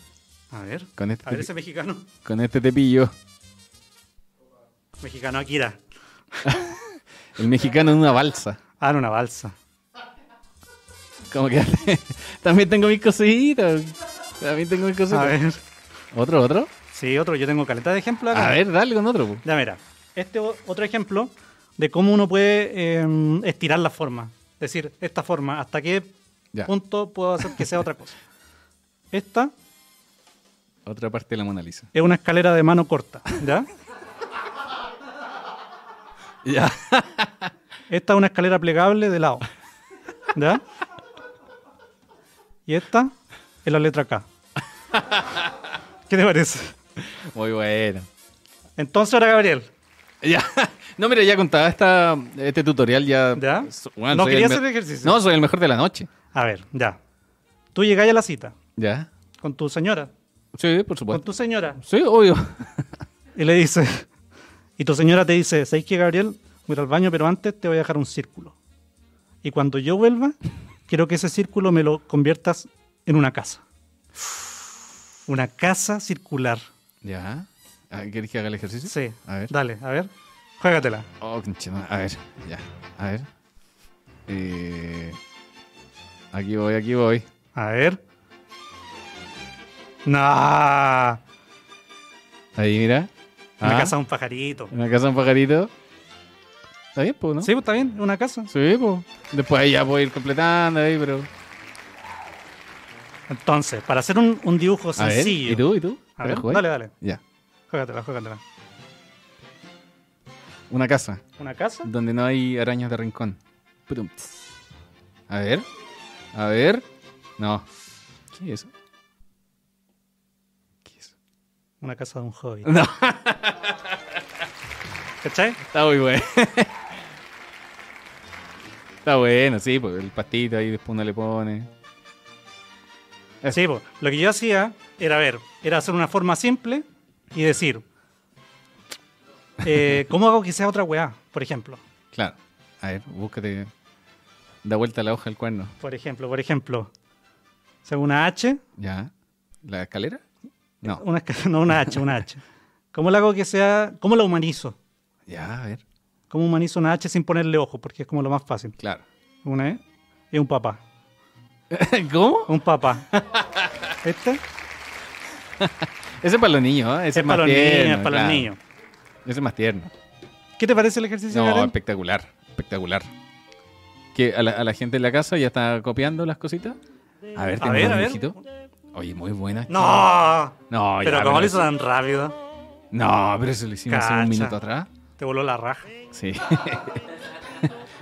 Speaker 3: A ver,
Speaker 2: Con este,
Speaker 3: a ver
Speaker 2: te-
Speaker 3: ese mexicano.
Speaker 2: con este te pillo.
Speaker 3: Mexicano Akira.
Speaker 2: El mexicano en una balsa.
Speaker 3: Ah, era una balsa.
Speaker 2: Como que también tengo mis cositas. También tengo mis
Speaker 3: A
Speaker 2: cositas.
Speaker 3: ver.
Speaker 2: ¿Otro, otro?
Speaker 3: Sí, otro, yo tengo caleta de ejemplo acá.
Speaker 2: A ver, dale con otro. po.
Speaker 3: Ya, mira. Este o- otro ejemplo de cómo uno puede eh, estirar la forma. Es decir, esta forma, hasta qué
Speaker 2: Ya.
Speaker 3: punto puedo hacer que sea otra cosa. Esta
Speaker 2: Otra parte de la Mona Lisa.
Speaker 3: es una escalera de mano corta, ¿ya?
Speaker 2: Ya.
Speaker 3: Esta es una escalera plegable de lado. ¿Ya? Y esta es la letra K. ¿Qué te parece?
Speaker 2: Muy bueno.
Speaker 3: Entonces ahora, Gabriel,
Speaker 2: Ya. No, mira, ya contaba esta, este tutorial ya.
Speaker 3: ¿Ya?
Speaker 2: so- bueno,
Speaker 3: No
Speaker 2: soy el
Speaker 3: quería
Speaker 2: me-
Speaker 3: hacer ejercicio.
Speaker 2: No, soy el mejor de la noche.
Speaker 3: a ver, ya. Tú llegáis a la cita
Speaker 2: Ya.
Speaker 3: con tu señora,
Speaker 2: Sí, por
Speaker 3: con
Speaker 2: supuesto.
Speaker 3: tu señora,
Speaker 2: Sí, obvio.
Speaker 3: y le dices, y tu señora te dice, ¿sabes qué, Gabriel? Voy a ir al baño, pero antes te voy a dejar un círculo. Y cuando yo vuelva, quiero que ese círculo me lo conviertas en una casa. Una casa circular.
Speaker 2: Ya. Ah, ¿Quieres que haga el ejercicio?
Speaker 3: Sí.
Speaker 2: A ver.
Speaker 3: Dale, a ver. Juégatela.
Speaker 2: Oh, conche, no. A ver, ya. A ver. Eh, aquí voy, aquí voy.
Speaker 3: A ver. No.
Speaker 2: Ahí, mira.
Speaker 3: Una
Speaker 2: Ah,
Speaker 3: casa de un pajarito.
Speaker 2: Una casa, un pajarito. Está bien, pues, ¿no?
Speaker 3: Sí, pues, está bien, una casa.
Speaker 2: Sí, pues. Después ahí ya puedo ir completando ahí, pero.
Speaker 3: Entonces, para hacer un, un dibujo
Speaker 2: A ver,
Speaker 3: sencillo.
Speaker 2: ¿y tú? ¿Y tú?
Speaker 3: A
Speaker 2: ¿Te la
Speaker 3: ver,
Speaker 2: jugáis?
Speaker 3: dale, dale.
Speaker 2: Ya.
Speaker 3: Juégatela, juégatela.
Speaker 2: Una casa
Speaker 3: ¿Una casa?
Speaker 2: donde no hay arañas de rincón. Putum, tss. A ver. A ver. No. ¿Qué es eso? ¿Qué es eso?
Speaker 3: Una casa de un hobbit.
Speaker 2: No,
Speaker 3: ¿Cachai?
Speaker 2: está muy bueno. Está bueno, sí, pues el pastito ahí después uno le pone. Eso.
Speaker 3: Sí, po. lo que yo hacía era ver, era hacer una forma simple y decir, eh, ¿cómo hago que sea otra weá? Por ejemplo,
Speaker 2: Claro. A ver, búscate. Da vuelta la hoja al cuerno.
Speaker 3: por ejemplo, por ejemplo, o sea, una H,
Speaker 2: ¿Ya? ¿La escalera? No.
Speaker 3: una, esca- no una H, una H. ¿Cómo la hago que sea, cómo la humanizo?
Speaker 2: Ya, a ver.
Speaker 3: ¿Cómo humanizo una H sin ponerle ojo? Porque es como lo más fácil.
Speaker 2: Claro.
Speaker 3: Una E es un papá.
Speaker 2: ¿Cómo?
Speaker 3: Un papá. ¿Este?
Speaker 2: Ese es para los niños, ¿eh? Ese es,
Speaker 3: es
Speaker 2: más
Speaker 3: para los
Speaker 2: tierno,
Speaker 3: niños, es para
Speaker 2: claro.
Speaker 3: los niños.
Speaker 2: Ese es más tierno.
Speaker 3: ¿Qué te parece el ejercicio,
Speaker 2: No,
Speaker 3: Karen?
Speaker 2: espectacular, espectacular. Que a la, a la gente en la casa ya está copiando las cositas. A ver,
Speaker 3: A
Speaker 2: tengo
Speaker 3: ver,
Speaker 2: un
Speaker 3: a ver.
Speaker 2: dibujito. Oye, muy buena.
Speaker 3: ¡No!
Speaker 2: No, ya,
Speaker 3: Pero ¿cómo lo
Speaker 2: eso-
Speaker 3: hizo tan rápido?
Speaker 2: No, pero eso lo hicimos hace un
Speaker 3: Cacha.
Speaker 2: minuto atrás.
Speaker 3: Te voló la raja.
Speaker 2: Sí.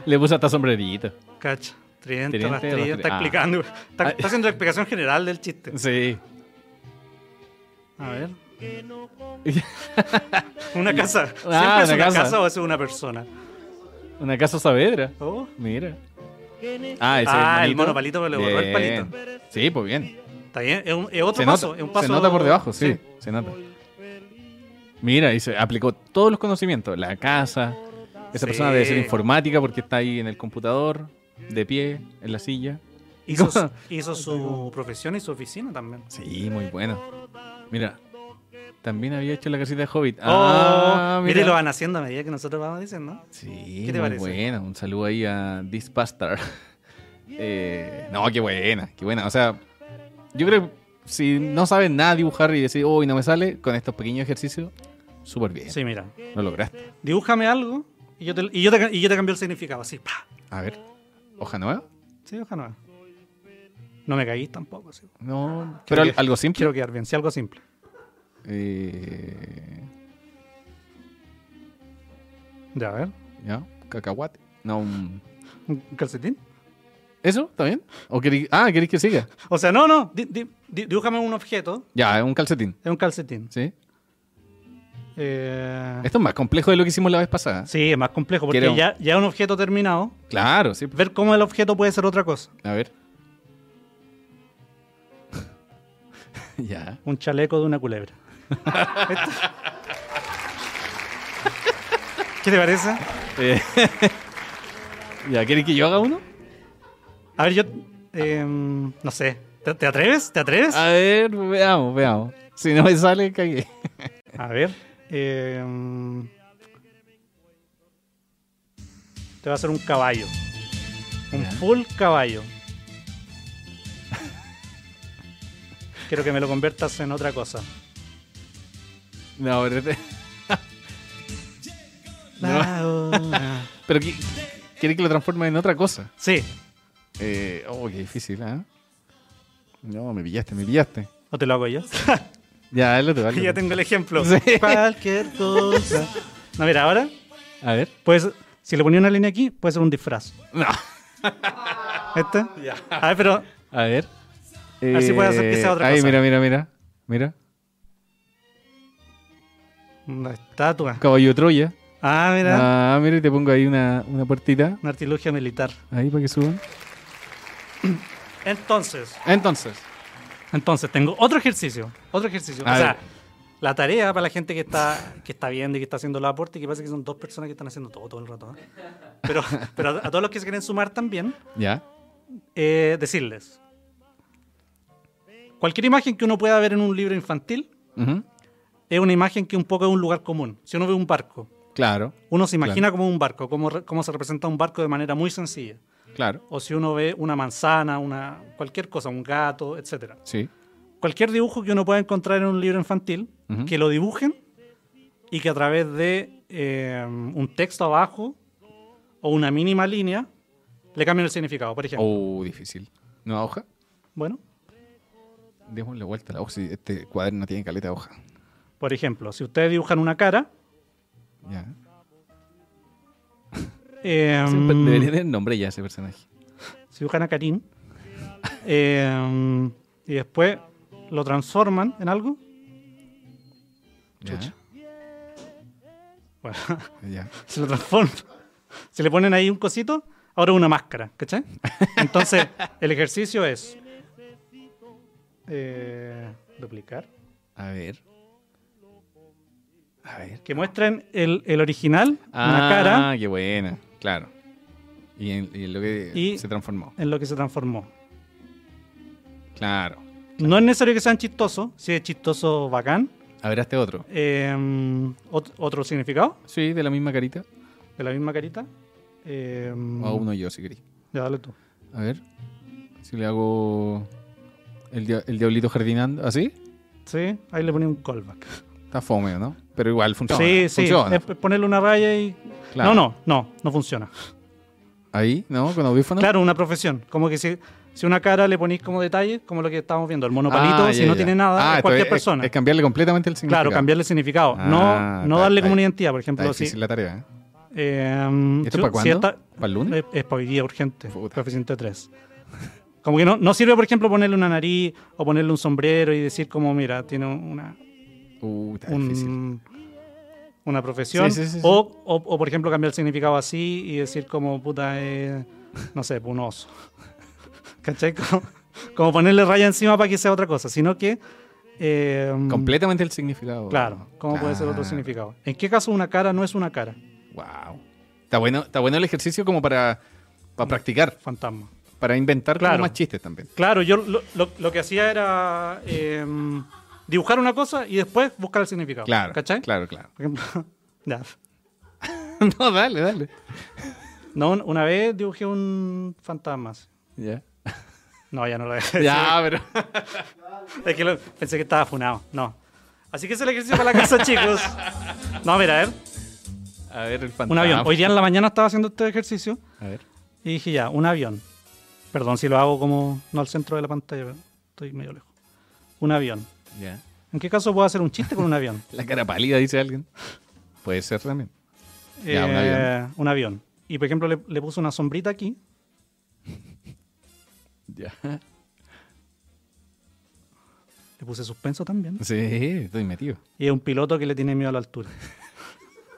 Speaker 2: Le puse hasta sombrerillito.
Speaker 3: Cacha. Tridente,
Speaker 2: Tridente,
Speaker 3: rastrillo,
Speaker 2: rastrillo.
Speaker 3: está
Speaker 2: Ah.
Speaker 3: explicando. Está, está haciendo la explicación general del chiste.
Speaker 2: Sí.
Speaker 3: A ver. Una casa. Siempre
Speaker 2: Ah,
Speaker 3: es
Speaker 2: una
Speaker 3: una
Speaker 2: casa.
Speaker 3: casa. o es una persona.
Speaker 2: Una casa Saavedra.
Speaker 3: Oh.
Speaker 2: Mira. Ah, ese
Speaker 3: Ah, el
Speaker 2: monito.
Speaker 3: monopalito que le borró el
Speaker 2: Bien. Sí, pues bien.
Speaker 3: Está bien. Es, un- es otro
Speaker 2: Se
Speaker 3: paso.
Speaker 2: nota,
Speaker 3: es un paso.
Speaker 2: se nota por debajo, sí, se nota. Mira, y se aplicó todos los conocimientos, la casa, esa
Speaker 3: Sí.
Speaker 2: persona debe ser informática porque está ahí en el computador, de pie, en la silla.
Speaker 3: Hizo,
Speaker 2: ¿Cómo?
Speaker 3: hizo su profesión y su oficina también.
Speaker 2: Sí, muy bueno. Mira, también había hecho la casita de Hobbit. Ah,
Speaker 3: oh, mire, lo van haciendo a medida que nosotros vamos diciendo.
Speaker 2: Sí,
Speaker 3: ¿Qué te
Speaker 2: muy
Speaker 3: parece?
Speaker 2: buena. Un saludo ahí a This Bastard. Eh, no, qué buena, qué buena. O sea, yo creo que si no sabes nada dibujar y decís, uy, no me sale, con estos pequeños ejercicios, súper bien.
Speaker 3: Sí, mira.
Speaker 2: Lo lograste.
Speaker 3: Dibújame algo y yo te, y yo te, y yo te cambio el significado. Así, pa.
Speaker 2: A ver, hoja nueva.
Speaker 3: Sí, hoja nueva. No me caí tampoco. sí.
Speaker 2: No, pero
Speaker 3: Quiero
Speaker 2: al-
Speaker 3: que-
Speaker 2: algo simple.
Speaker 3: Quiero quedar bien, sí, algo simple.
Speaker 2: Eh,
Speaker 3: Ya, a ver.
Speaker 2: ya, cacahuate. No, un-
Speaker 3: ¿Un calcetín?
Speaker 2: ¿Eso? ¿Está bien? ¿O querí- ah, ¿queréis que siga?
Speaker 3: O sea, no, no. di- di- di- dibújame un objeto.
Speaker 2: Ya, un calcetín.
Speaker 3: Es un calcetín.
Speaker 2: ¿Sí?
Speaker 3: Eh,
Speaker 2: Esto es más complejo de lo que hicimos la vez pasada.
Speaker 3: sí, es más complejo porque
Speaker 2: Quiero-
Speaker 3: ya, ya un objeto terminado.
Speaker 2: Claro, sí.
Speaker 3: Ver cómo el objeto puede ser otra cosa.
Speaker 2: A ver. ya.
Speaker 3: Un chaleco de una culebra. Esto- ¿Qué te parece?
Speaker 2: Eh, ¿Ya queréis que yo haga uno?
Speaker 3: A ver, yo. em, no sé. ¿Te, te atreves? ¿Te atreves?
Speaker 2: A ver, veamos, veamos. Si no me sale, cagué.
Speaker 3: A ver. em, te va a hacer un caballo. Un
Speaker 2: Ya.
Speaker 3: full caballo. Quiero que me lo conviertas en otra cosa.
Speaker 2: No, pero... te- No.
Speaker 3: La-
Speaker 2: pero qui- ¿queréis que lo transforme en otra cosa?
Speaker 3: sí.
Speaker 2: Eh, oh, qué difícil, ¿eh? No, me pillaste, me pillaste.
Speaker 3: ¿O te lo hago yo?
Speaker 2: Ya, hazlo tú, hazlo
Speaker 3: ya
Speaker 2: tú.
Speaker 3: tengo el ejemplo.
Speaker 2: Sí.
Speaker 3: Cualquier cosa. No, mira, ahora,
Speaker 2: A ver.
Speaker 3: pues, si le ponía una línea aquí, puede ser un disfraz.
Speaker 2: No.
Speaker 3: ¿Este? A ver, pero
Speaker 2: A ver.
Speaker 3: ver si puedes hacer que sea otra
Speaker 2: Eh, ahí,
Speaker 3: cosa.
Speaker 2: mira, mira, mira. Mira.
Speaker 3: una estatua.
Speaker 2: Caballo de Troya.
Speaker 3: Ah, mira.
Speaker 2: Ah, mira, y te pongo ahí una, una puertita.
Speaker 3: Una artilugia militar.
Speaker 2: Ahí para que suban.
Speaker 3: Entonces,
Speaker 2: Entonces.
Speaker 3: entonces tengo otro ejercicio, otro ejercicio.
Speaker 2: A
Speaker 3: o sea,
Speaker 2: ver.
Speaker 3: la tarea para la gente que está que está viendo y que está haciendo los aportes, que pasa que son dos personas que están haciendo todo todo el rato. ¿eh? Pero, pero a, a todos los que se quieren sumar también,
Speaker 2: Ya.
Speaker 3: eh, decirles cualquier imagen que uno pueda ver en un libro infantil
Speaker 2: Ujú.
Speaker 3: es una imagen que un poco es un lugar común. Si uno ve un barco,
Speaker 2: Claro,
Speaker 3: Uno se imagina como un barco, cómo, re- cómo se representa un barco de manera muy sencilla.
Speaker 2: claro,
Speaker 3: O si uno ve una manzana, una cualquier cosa, un gato, etcétera.
Speaker 2: sí.
Speaker 3: cualquier dibujo que uno pueda encontrar en un libro infantil,
Speaker 2: Ujú.
Speaker 3: que lo dibujen y que a través de eh, un texto abajo o una mínima línea le cambien el significado, por ejemplo.
Speaker 2: Oh, difícil. ¿Nueva hoja?
Speaker 3: Bueno,
Speaker 2: Démosle vuelta a la hoja. si este cuaderno tiene caleta de hoja.
Speaker 3: por ejemplo, si ustedes dibujan una cara,
Speaker 2: Ya.
Speaker 3: eh,
Speaker 2: Siempre Debería tener nombre ya ese personaje.
Speaker 3: si dibujan a Karim, eh, y después lo transforman en algo,
Speaker 2: Ya.
Speaker 3: Chucha. bueno,
Speaker 2: Ya.
Speaker 3: se lo transforma. Se le ponen ahí un cosito, ahora una máscara, ¿cachai? Entonces, el ejercicio es eh, duplicar.
Speaker 2: A ver. A ver.
Speaker 3: Que muestren el, el original, una
Speaker 2: ah,
Speaker 3: cara,
Speaker 2: qué buena. Claro. Y en, y en lo que
Speaker 3: Y-
Speaker 2: se transformó.
Speaker 3: en lo que se transformó.
Speaker 2: Claro.
Speaker 3: No es necesario que sean chistosos, si es chistoso, bacán.
Speaker 2: A ver, este otro.
Speaker 3: Eh, ot- otro significado,
Speaker 2: Sí, de la misma carita.
Speaker 3: de la misma carita. Eh,
Speaker 2: O uno yo, si queréis.
Speaker 3: Ya, dale tú.
Speaker 2: A ver. Si le hago. El, dia- el diablito jardinando. ¿Así?
Speaker 3: Sí, ahí le ponía un callback.
Speaker 2: Está fome, ¿no? Pero igual funciona.
Speaker 3: sí, sí,
Speaker 2: Funciona.
Speaker 3: es ponerle una raya y...
Speaker 2: Claro.
Speaker 3: No, no, no, no funciona.
Speaker 2: Ahí, ¿no? Con audífonos.
Speaker 3: Claro, una profesión. Como que si, si una cara le ponéis como detalle, como lo que estábamos viendo, el monopalito,
Speaker 2: Ah,
Speaker 3: si
Speaker 2: ya,
Speaker 3: no
Speaker 2: ya.
Speaker 3: tiene nada,
Speaker 2: Ah,
Speaker 3: es
Speaker 2: esto
Speaker 3: cualquier persona.
Speaker 2: Es, cambiarle completamente el significado.
Speaker 3: claro, cambiarle el significado.
Speaker 2: Ah,
Speaker 3: no no
Speaker 2: está-
Speaker 3: darle
Speaker 2: está
Speaker 3: como una
Speaker 2: ahí.
Speaker 3: identidad, por
Speaker 2: Está
Speaker 3: ejemplo,
Speaker 2: difícil
Speaker 3: si,
Speaker 2: la tarea. ¿eh?
Speaker 3: eh,
Speaker 2: ¿Y esto
Speaker 3: si-
Speaker 2: para
Speaker 3: si
Speaker 2: cuándo?
Speaker 3: esta-
Speaker 2: ¿Para el lunes?
Speaker 3: es, es para hoy día urgente,
Speaker 2: Puta.
Speaker 3: coeficiente 3. Como que no, no sirve, por ejemplo, ponerle una nariz o ponerle un sombrero y decir como, mira, tiene una,
Speaker 2: Uh, está difícil.
Speaker 3: un- una profesión.
Speaker 2: Sí, sí, sí, sí.
Speaker 3: O, o- o, por ejemplo, cambiar el significado así y decir como, puta, eh, no sé, un oso. ¿Cachai? Como, como ponerle raya encima para que sea otra cosa, sino que... eh,
Speaker 2: Completamente el significado. Ah,
Speaker 3: Claro, ¿cómo puede ser otro
Speaker 2: Claro.
Speaker 3: significado? ¿En qué caso una cara no es una cara?
Speaker 2: Wow. Está bueno, está bueno el ejercicio como para, para practicar,
Speaker 3: Fantasma.
Speaker 2: para inventar como
Speaker 3: Claro.
Speaker 2: más chistes también.
Speaker 3: Claro, yo lo, lo- lo que hacía era eh, dibujar una cosa y después buscar el significado.
Speaker 2: Claro.
Speaker 3: ¿Cachai?
Speaker 2: Claro, claro.
Speaker 3: Por ejemplo, ya.
Speaker 2: no, dale, dale.
Speaker 3: No, un- una vez dibujé un fantasma. así.
Speaker 2: Ya.
Speaker 3: No, ya no lo dejé.
Speaker 2: Ya, pero.
Speaker 3: Es que lo- pensé que estaba funado. No. Así que ese es el ejercicio para la casa, chicos. No, mira, a ver.
Speaker 2: A ver, el fantasma.
Speaker 3: Un avión. Hoy día en la mañana estaba haciendo este ejercicio
Speaker 2: A ver.
Speaker 3: y dije ya, un avión. Perdón si lo hago como no al centro de la pantalla, pero estoy medio lejos. Un avión.
Speaker 2: Ya.
Speaker 3: ¿En qué caso puedo hacer un chiste con un avión?
Speaker 2: La cara pálida, dice alguien. Puede ser también. Ya, un avión.
Speaker 3: Eh, un avión. Y por ejemplo, le, le puse una sombrita aquí.
Speaker 2: Ya.
Speaker 3: Le puse suspenso también.
Speaker 2: Sí, estoy metido.
Speaker 3: Y es un piloto que le tiene miedo a la altura.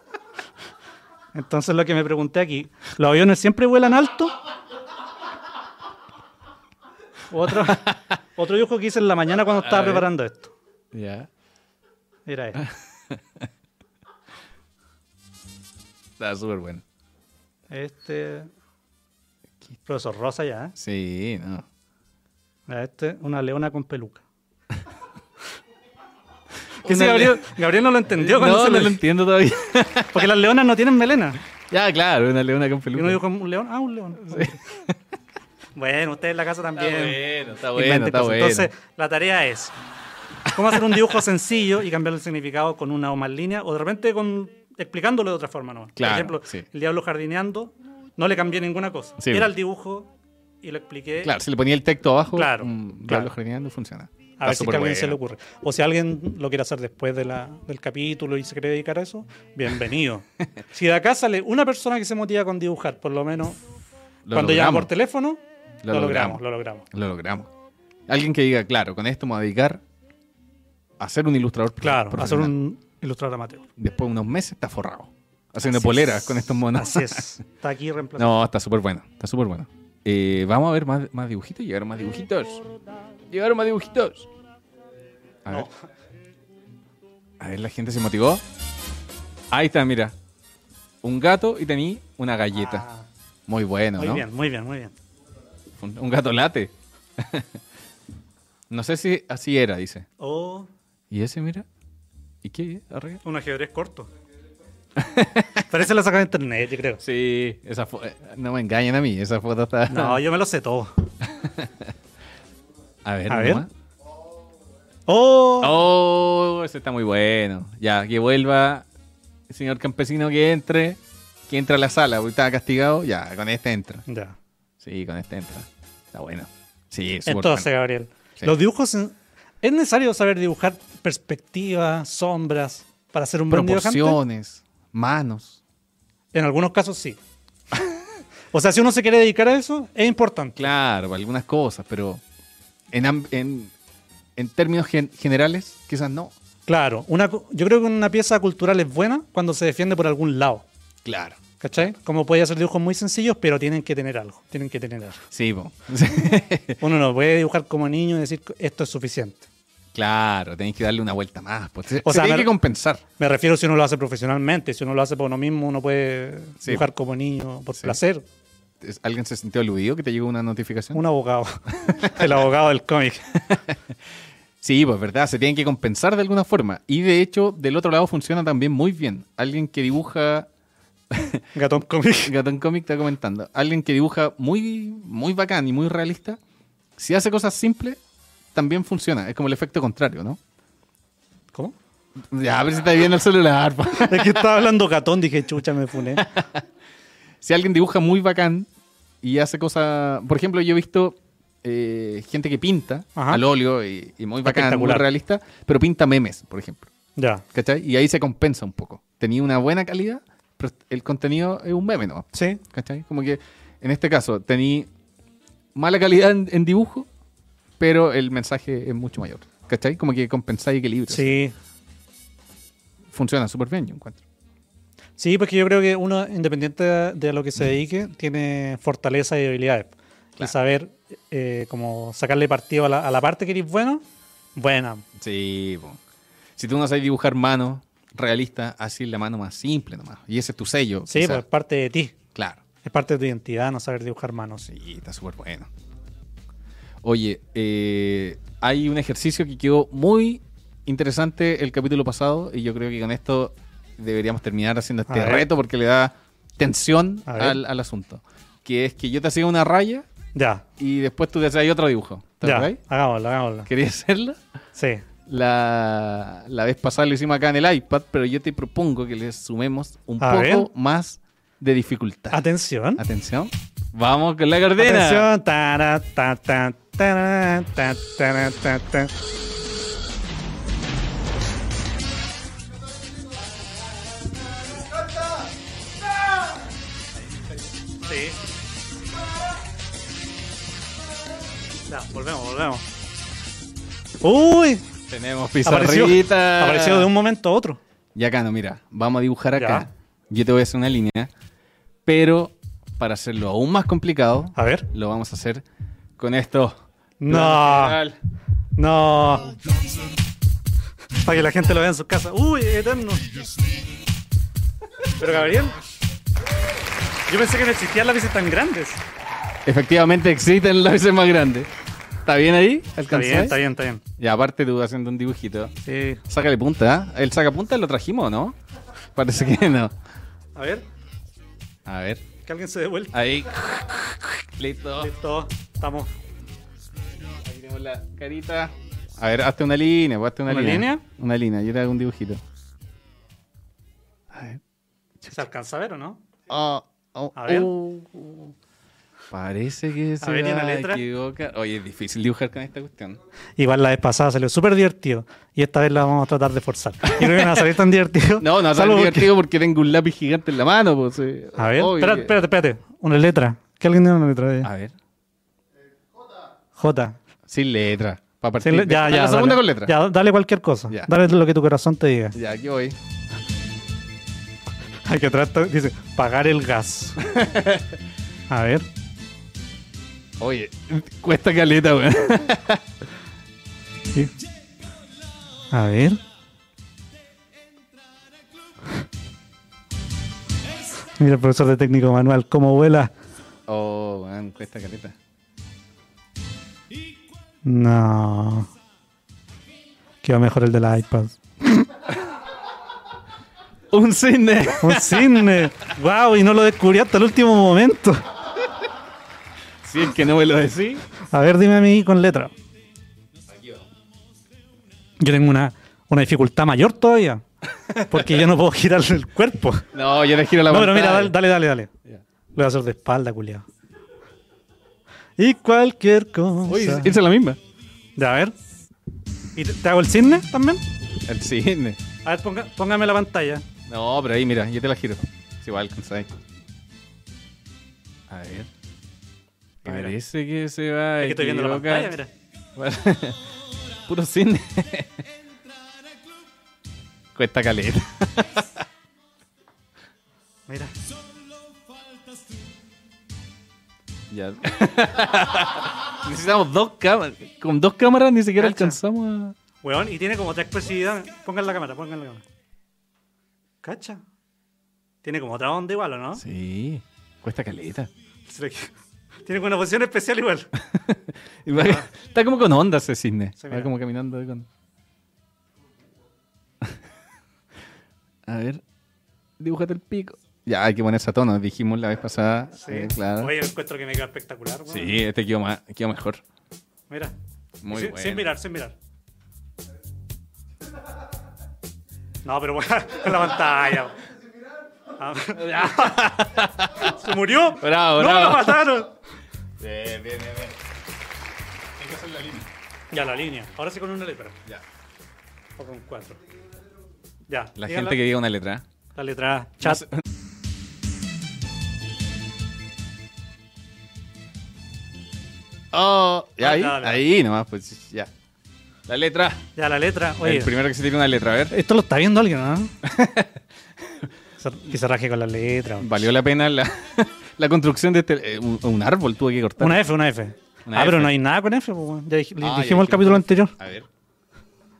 Speaker 3: Entonces lo que me pregunté aquí, ¿los aviones siempre vuelan alto? Otro, otro dibujo que hice en la mañana cuando estaba
Speaker 2: ver.
Speaker 3: preparando esto.
Speaker 2: Ya.
Speaker 3: Era este.
Speaker 2: Está súper bueno.
Speaker 3: Este. Profesor Rosa ya, ¿eh?
Speaker 2: Sí, no.
Speaker 3: Mira, Este, una leona con peluca. Que
Speaker 2: Una
Speaker 3: sí, Gabriel, Gabriel no lo entendió cuando
Speaker 2: no,
Speaker 3: se
Speaker 2: no
Speaker 3: lo-
Speaker 2: lo entiendo todavía.
Speaker 3: Porque las leonas no tienen melena.
Speaker 2: ya, claro, una leona con
Speaker 3: Y
Speaker 2: peluca.
Speaker 3: uno dijo, ¿un león? Ah, un león. Bueno, ustedes en la casa
Speaker 2: Está
Speaker 3: también.
Speaker 2: bueno, está
Speaker 3: inventen
Speaker 2: bueno, está
Speaker 3: cosas.
Speaker 2: bueno.
Speaker 3: Entonces, la tarea es cómo hacer un dibujo sencillo y cambiar el significado con una o más líneas, o de repente con, explicándolo de otra forma. ¿no?
Speaker 2: Claro,
Speaker 3: Por ejemplo,
Speaker 2: sí.
Speaker 3: el diablo jardineando, no le cambié ninguna cosa.
Speaker 2: Sí.
Speaker 3: Era el dibujo y lo expliqué.
Speaker 2: Claro, si le ponía el texto abajo,
Speaker 3: Claro,
Speaker 2: mm,
Speaker 3: claro.
Speaker 2: diablo jardineando, funciona.
Speaker 3: A
Speaker 2: Está
Speaker 3: ver si es que a
Speaker 2: súper
Speaker 3: alguien se le
Speaker 2: bueno.
Speaker 3: ocurre. O si alguien lo quiere hacer después de la- del capítulo y se quiere dedicar a eso, bienvenido. si de acá sale una persona que se motiva con dibujar, por lo menos
Speaker 2: Lo
Speaker 3: cuando llama
Speaker 2: logramos,
Speaker 3: por teléfono, lo,
Speaker 2: Lo
Speaker 3: logramos,
Speaker 2: logramos.
Speaker 3: lo logramos.
Speaker 2: Lo logramos. Alguien que diga, claro, con esto me voy a dedicar a ser un ilustrador. profe-
Speaker 3: Claro, hacer
Speaker 2: profesional.
Speaker 3: un ilustrador amateur.
Speaker 2: Después de unos meses está forrado. Haciendo
Speaker 3: Así
Speaker 2: poleras
Speaker 3: es.
Speaker 2: con estos monos.
Speaker 3: Así es. Está aquí reemplazado.
Speaker 2: No, está súper bueno. Está súper bueno. Eh, vamos a ver más, más dibujitos. Llegaron más dibujitos. Llegaron más dibujitos. A ver. A ver, la gente se motivó. Ahí está, mira. Un gato y tení una galleta.
Speaker 3: Ah,
Speaker 2: Muy bueno,
Speaker 3: muy
Speaker 2: ¿no?
Speaker 3: bien, muy bien, muy bien.
Speaker 2: Un, un gato late. no sé si así era, dice.
Speaker 3: O
Speaker 2: ¿Y ese, mira? ¿Y qué? Arriba.
Speaker 3: un ajedrez corto. Parece la saca de internet, yo creo.
Speaker 2: Sí, esa fo- eh, no me engañen a mí, esa foto está...
Speaker 3: No, yo me lo sé todo.
Speaker 2: A ver,
Speaker 3: A
Speaker 2: nomás.
Speaker 3: ver. ¡Oh!
Speaker 2: Oh, ese está muy bueno. Ya, que vuelva el señor campesino que entre, que entre a la sala, porque estaba castigado, ya, con este entra.
Speaker 3: Ya.
Speaker 2: Sí, con este entra. Está bueno. Sí, súper
Speaker 3: Entonces,
Speaker 2: bueno.
Speaker 3: Gabriel,
Speaker 2: Sí.
Speaker 3: los dibujos. en- Es necesario saber dibujar perspectivas, sombras, para ser un buen dibujante.
Speaker 2: Proporciones, manos.
Speaker 3: En algunos casos sí. o sea, si uno se quiere dedicar a eso, es importante.
Speaker 2: Claro, algunas cosas, pero en, am- en, en términos gen- generales, quizás no.
Speaker 3: Claro, una, cu- yo creo que una pieza cultural es buena cuando se defiende por algún lado.
Speaker 2: Claro.
Speaker 3: ¿Cachai? Como puede hacer dibujos muy sencillos, pero tienen que tener algo. Tienen que tener algo.
Speaker 2: Sí, po.
Speaker 3: Uno no puede dibujar como niño y decir esto es suficiente.
Speaker 2: claro, tenéis que darle una vuelta más. pues. Se,
Speaker 3: O
Speaker 2: se
Speaker 3: sea,
Speaker 2: tiene
Speaker 3: me-
Speaker 2: que compensar.
Speaker 3: Me refiero si uno lo hace profesionalmente, si uno lo hace por uno mismo, uno puede
Speaker 2: Sí.
Speaker 3: dibujar como niño por
Speaker 2: Sí.
Speaker 3: placer.
Speaker 2: ¿Es- ¿Alguien se sintió aludido que te llegó una notificación?
Speaker 3: Un abogado. ¿Eh? El abogado del cómic.
Speaker 2: Sí, pues verdad, se tienen que compensar de alguna forma. Y de hecho, del otro lado funciona también muy bien. Alguien que dibuja,
Speaker 3: Gatón cómic.
Speaker 2: Gatón Comic está comentando, alguien que dibuja muy, muy bacán y muy realista, si hace cosas simples, también funciona. Es como el efecto contrario, ¿no?
Speaker 3: ¿Cómo?
Speaker 2: Ya, a ver si está viendo el celular. po.
Speaker 3: Es que estaba hablando gatón, dije, chucha, me funé.
Speaker 2: si alguien dibuja muy bacán y hace cosas. Por ejemplo, yo he visto eh, gente que pinta
Speaker 3: Ajá.
Speaker 2: al óleo y, y muy bacán, muy
Speaker 3: Espectacular.
Speaker 2: realista, pero pinta memes, por ejemplo.
Speaker 3: Ya.
Speaker 2: ¿Cachai? Y ahí se compensa un poco. Tenía una buena calidad, pero el contenido es un meme, ¿no?
Speaker 3: Sí.
Speaker 2: ¿Cachai? Como que en este caso tenía mala calidad en, en dibujo, pero el mensaje es mucho mayor. ¿Cachai? Como que compensáis equilibrio.
Speaker 3: Sí.
Speaker 2: Funciona súper bien, yo encuentro.
Speaker 3: Sí, porque yo creo que uno, independiente de de lo que se dedique, tiene fortalezas y habilidades. Y
Speaker 2: Claro.
Speaker 3: saber eh, como sacarle partido a la, a la parte que eres bueno, buena.
Speaker 2: Sí, po. si tú no sabes dibujar mano realista, así la mano más simple nomás. Y ese es tu sello.
Speaker 3: Sí,
Speaker 2: quizá.
Speaker 3: pues es parte de ti.
Speaker 2: Claro.
Speaker 3: Es parte de tu identidad no saber dibujar manos.
Speaker 2: Sí, está súper bueno. Oye, eh, hay un ejercicio que quedó muy interesante el capítulo pasado y yo creo que con esto deberíamos terminar haciendo este
Speaker 3: A ver.
Speaker 2: reto porque le da tensión
Speaker 3: A ver.
Speaker 2: al, al asunto. Que es que yo te hacía una raya
Speaker 3: Ya,
Speaker 2: y después tú te hacías otro dibujo. ¿Te
Speaker 3: ya.
Speaker 2: acordás?
Speaker 3: Hagámoslo, hagámoslo.
Speaker 2: ¿Querías hacerlo?
Speaker 3: Sí.
Speaker 2: La, la vez pasada lo hicimos acá en el iPad, pero yo te propongo que le sumemos un
Speaker 3: A
Speaker 2: poco
Speaker 3: ver.
Speaker 2: más de dificultad.
Speaker 3: Atención.
Speaker 2: Atención. Vamos con la gardena.
Speaker 3: Atención. Tara, ta, ta, tara, ta, tara, ta, ta. Sí. Ya, volvemos, volvemos. Uy,
Speaker 2: Tenemos
Speaker 3: apareció,
Speaker 2: pizarrita.
Speaker 3: apareció de un momento a otro.
Speaker 2: Y acá no, mira, vamos a dibujar acá. Yo te voy a hacer una línea, pero para hacerlo aún más complicado,
Speaker 3: A ver.
Speaker 2: lo vamos a hacer con esto.
Speaker 3: No. No. Para que la gente lo vea en sus casas. Uy, eterno. Pero Gabriel, yo pensé que no existían lápices tan grandes.
Speaker 2: Efectivamente existen lápices más grandes. ¿Está bien ahí?
Speaker 3: Está
Speaker 2: ¿Alcanzáis?
Speaker 3: bien, está bien, está bien.
Speaker 2: Y aparte tú haciendo un dibujito.
Speaker 3: Sí.
Speaker 2: Sácale punta, ¿eh? ¿El sacapunta lo trajimos o no? Parece que no.
Speaker 3: A ver,
Speaker 2: A ver,
Speaker 3: que alguien se dé vuelta.
Speaker 2: ahí. Listo.
Speaker 3: Listo, estamos.
Speaker 2: Ahí tenemos la carita. A ver, hazte una línea, pues, hazte una,
Speaker 3: ¿Una
Speaker 2: línea.
Speaker 3: línea?
Speaker 2: Una línea, yo le hago un dibujito. A ver.
Speaker 3: ¿Se alcanza a ver o no?
Speaker 2: Ah, oh,
Speaker 3: A ver.
Speaker 2: oh, oh. Parece que se
Speaker 3: ver, ¿y una
Speaker 2: va a
Speaker 3: letra?
Speaker 2: equivocar. Oye, es difícil dibujar con esta cuestión.
Speaker 3: Igual la vez pasada salió súper divertido. Y esta vez la vamos a tratar de forzar. Y creo que no va a salir tan divertido.
Speaker 2: No, no, tan
Speaker 3: Salvo porque-
Speaker 2: divertido porque tengo un lápiz gigante en la mano. Pues, eh.
Speaker 3: A ver,
Speaker 2: Oye.
Speaker 3: espérate, espérate, espérate. Una letra. Que alguien dé una letra. eh.
Speaker 2: A ver,
Speaker 3: J.
Speaker 2: sin letra. Para
Speaker 3: Sí,
Speaker 2: partir
Speaker 3: le-
Speaker 2: de-
Speaker 3: ya,
Speaker 2: Ah,
Speaker 3: ya,
Speaker 2: la
Speaker 3: dale.
Speaker 2: segunda con letra.
Speaker 3: Ya, dale cualquier cosa.
Speaker 2: Ya.
Speaker 3: Dale lo que tu corazón te diga.
Speaker 2: Ya, aquí voy.
Speaker 3: Hay que tratar, dice, pagar el gas. A ver.
Speaker 2: Oye, cuesta caleta, weón.
Speaker 3: sí. A ver. Mira el profesor de técnico manual, cómo vuela.
Speaker 2: Oh, weón, cuesta caleta.
Speaker 3: No. Quedó mejor el de la iPad.
Speaker 2: Un cisne.
Speaker 3: Un cisne. wow, ¡Oh, y no lo descubrí hasta el último momento.
Speaker 2: Si es que no me lo decís.
Speaker 3: A ver, dime a mí con letra. Yo tengo una, una dificultad mayor todavía. Porque yo no puedo girar el cuerpo.
Speaker 2: No, yo le giro la
Speaker 3: No, pero mira,
Speaker 2: pantalla.
Speaker 3: dale, dale, dale. dale. Lo voy a hacer de espalda, culiado. Y cualquier cosa.
Speaker 2: Oye, esa es la misma.
Speaker 3: Ya, a ver. ¿Y te, te hago el cisne también?
Speaker 2: El cisne.
Speaker 3: A ver, ponga- póngame la pantalla.
Speaker 2: No, pero ahí, mira, yo te la giro. Es igual, ¿sabes? A ver.
Speaker 3: Mira.
Speaker 2: Parece que se va a
Speaker 3: Aquí estoy viendo la
Speaker 2: equivocar.
Speaker 3: pantalla, mira.
Speaker 2: Bueno, Puro cisne. Cuesta caleta.
Speaker 3: Mira.
Speaker 2: Ya. Necesitamos dos cámaras. Con dos cámaras ni siquiera
Speaker 3: Cacha.
Speaker 2: alcanzamos a...
Speaker 3: Weón, y tiene como otra expresividad. Pongan la cámara, pongan la cámara. ¿Cacha? Tiene como otra onda igual, ¿o no?
Speaker 2: Sí, cuesta caleta.
Speaker 3: Se le- Tiene como una posición especial igual.
Speaker 2: Y va- Está como con onda ese cisne.
Speaker 3: Sí,
Speaker 2: Está
Speaker 3: mira.
Speaker 2: como caminando de con... A ver, dibújate el pico. Ya, hay que ponerse a tono. Dijimos la vez pasada. Sí, claro.
Speaker 3: Oye, encuentro que me queda espectacular. weón.
Speaker 2: Sí, este quedó, ma- quedó mejor.
Speaker 3: Mira.
Speaker 2: Muy
Speaker 3: sin,
Speaker 2: bueno.
Speaker 3: sin mirar, sin mirar. No, pero bueno, con la pantalla. weón. Ah, ¿Se murió?
Speaker 2: Bravo,
Speaker 3: ¡No,
Speaker 2: bravo.
Speaker 3: lo mataron!
Speaker 2: Bien, bien, bien. Hay que hacer la línea.
Speaker 3: Ya, la línea. Ahora sí con una letra.
Speaker 2: Ya.
Speaker 3: O con cuatro. Ya.
Speaker 2: La
Speaker 3: diga
Speaker 2: gente que diga una letra.
Speaker 3: La letra A. Chat.
Speaker 2: Oh, ya
Speaker 3: Ah,
Speaker 2: ahí,
Speaker 3: dale.
Speaker 2: ahí nomás, pues ya. La letra.
Speaker 3: Ya, la letra. Oye,
Speaker 2: El primero que se tiene una letra, a ver.
Speaker 3: esto lo está viendo alguien, ¿no? que se raje con la letra. weón.
Speaker 2: Valió la pena la, la construcción de este. eh, un, un árbol tuve que cortar.
Speaker 3: Una F, una F.
Speaker 2: Una
Speaker 3: ah,
Speaker 2: F.
Speaker 3: pero no hay nada con F. pues, weón. Ya dij-
Speaker 2: Ah, ya
Speaker 3: dijimos el capítulo anterior.
Speaker 2: A ver.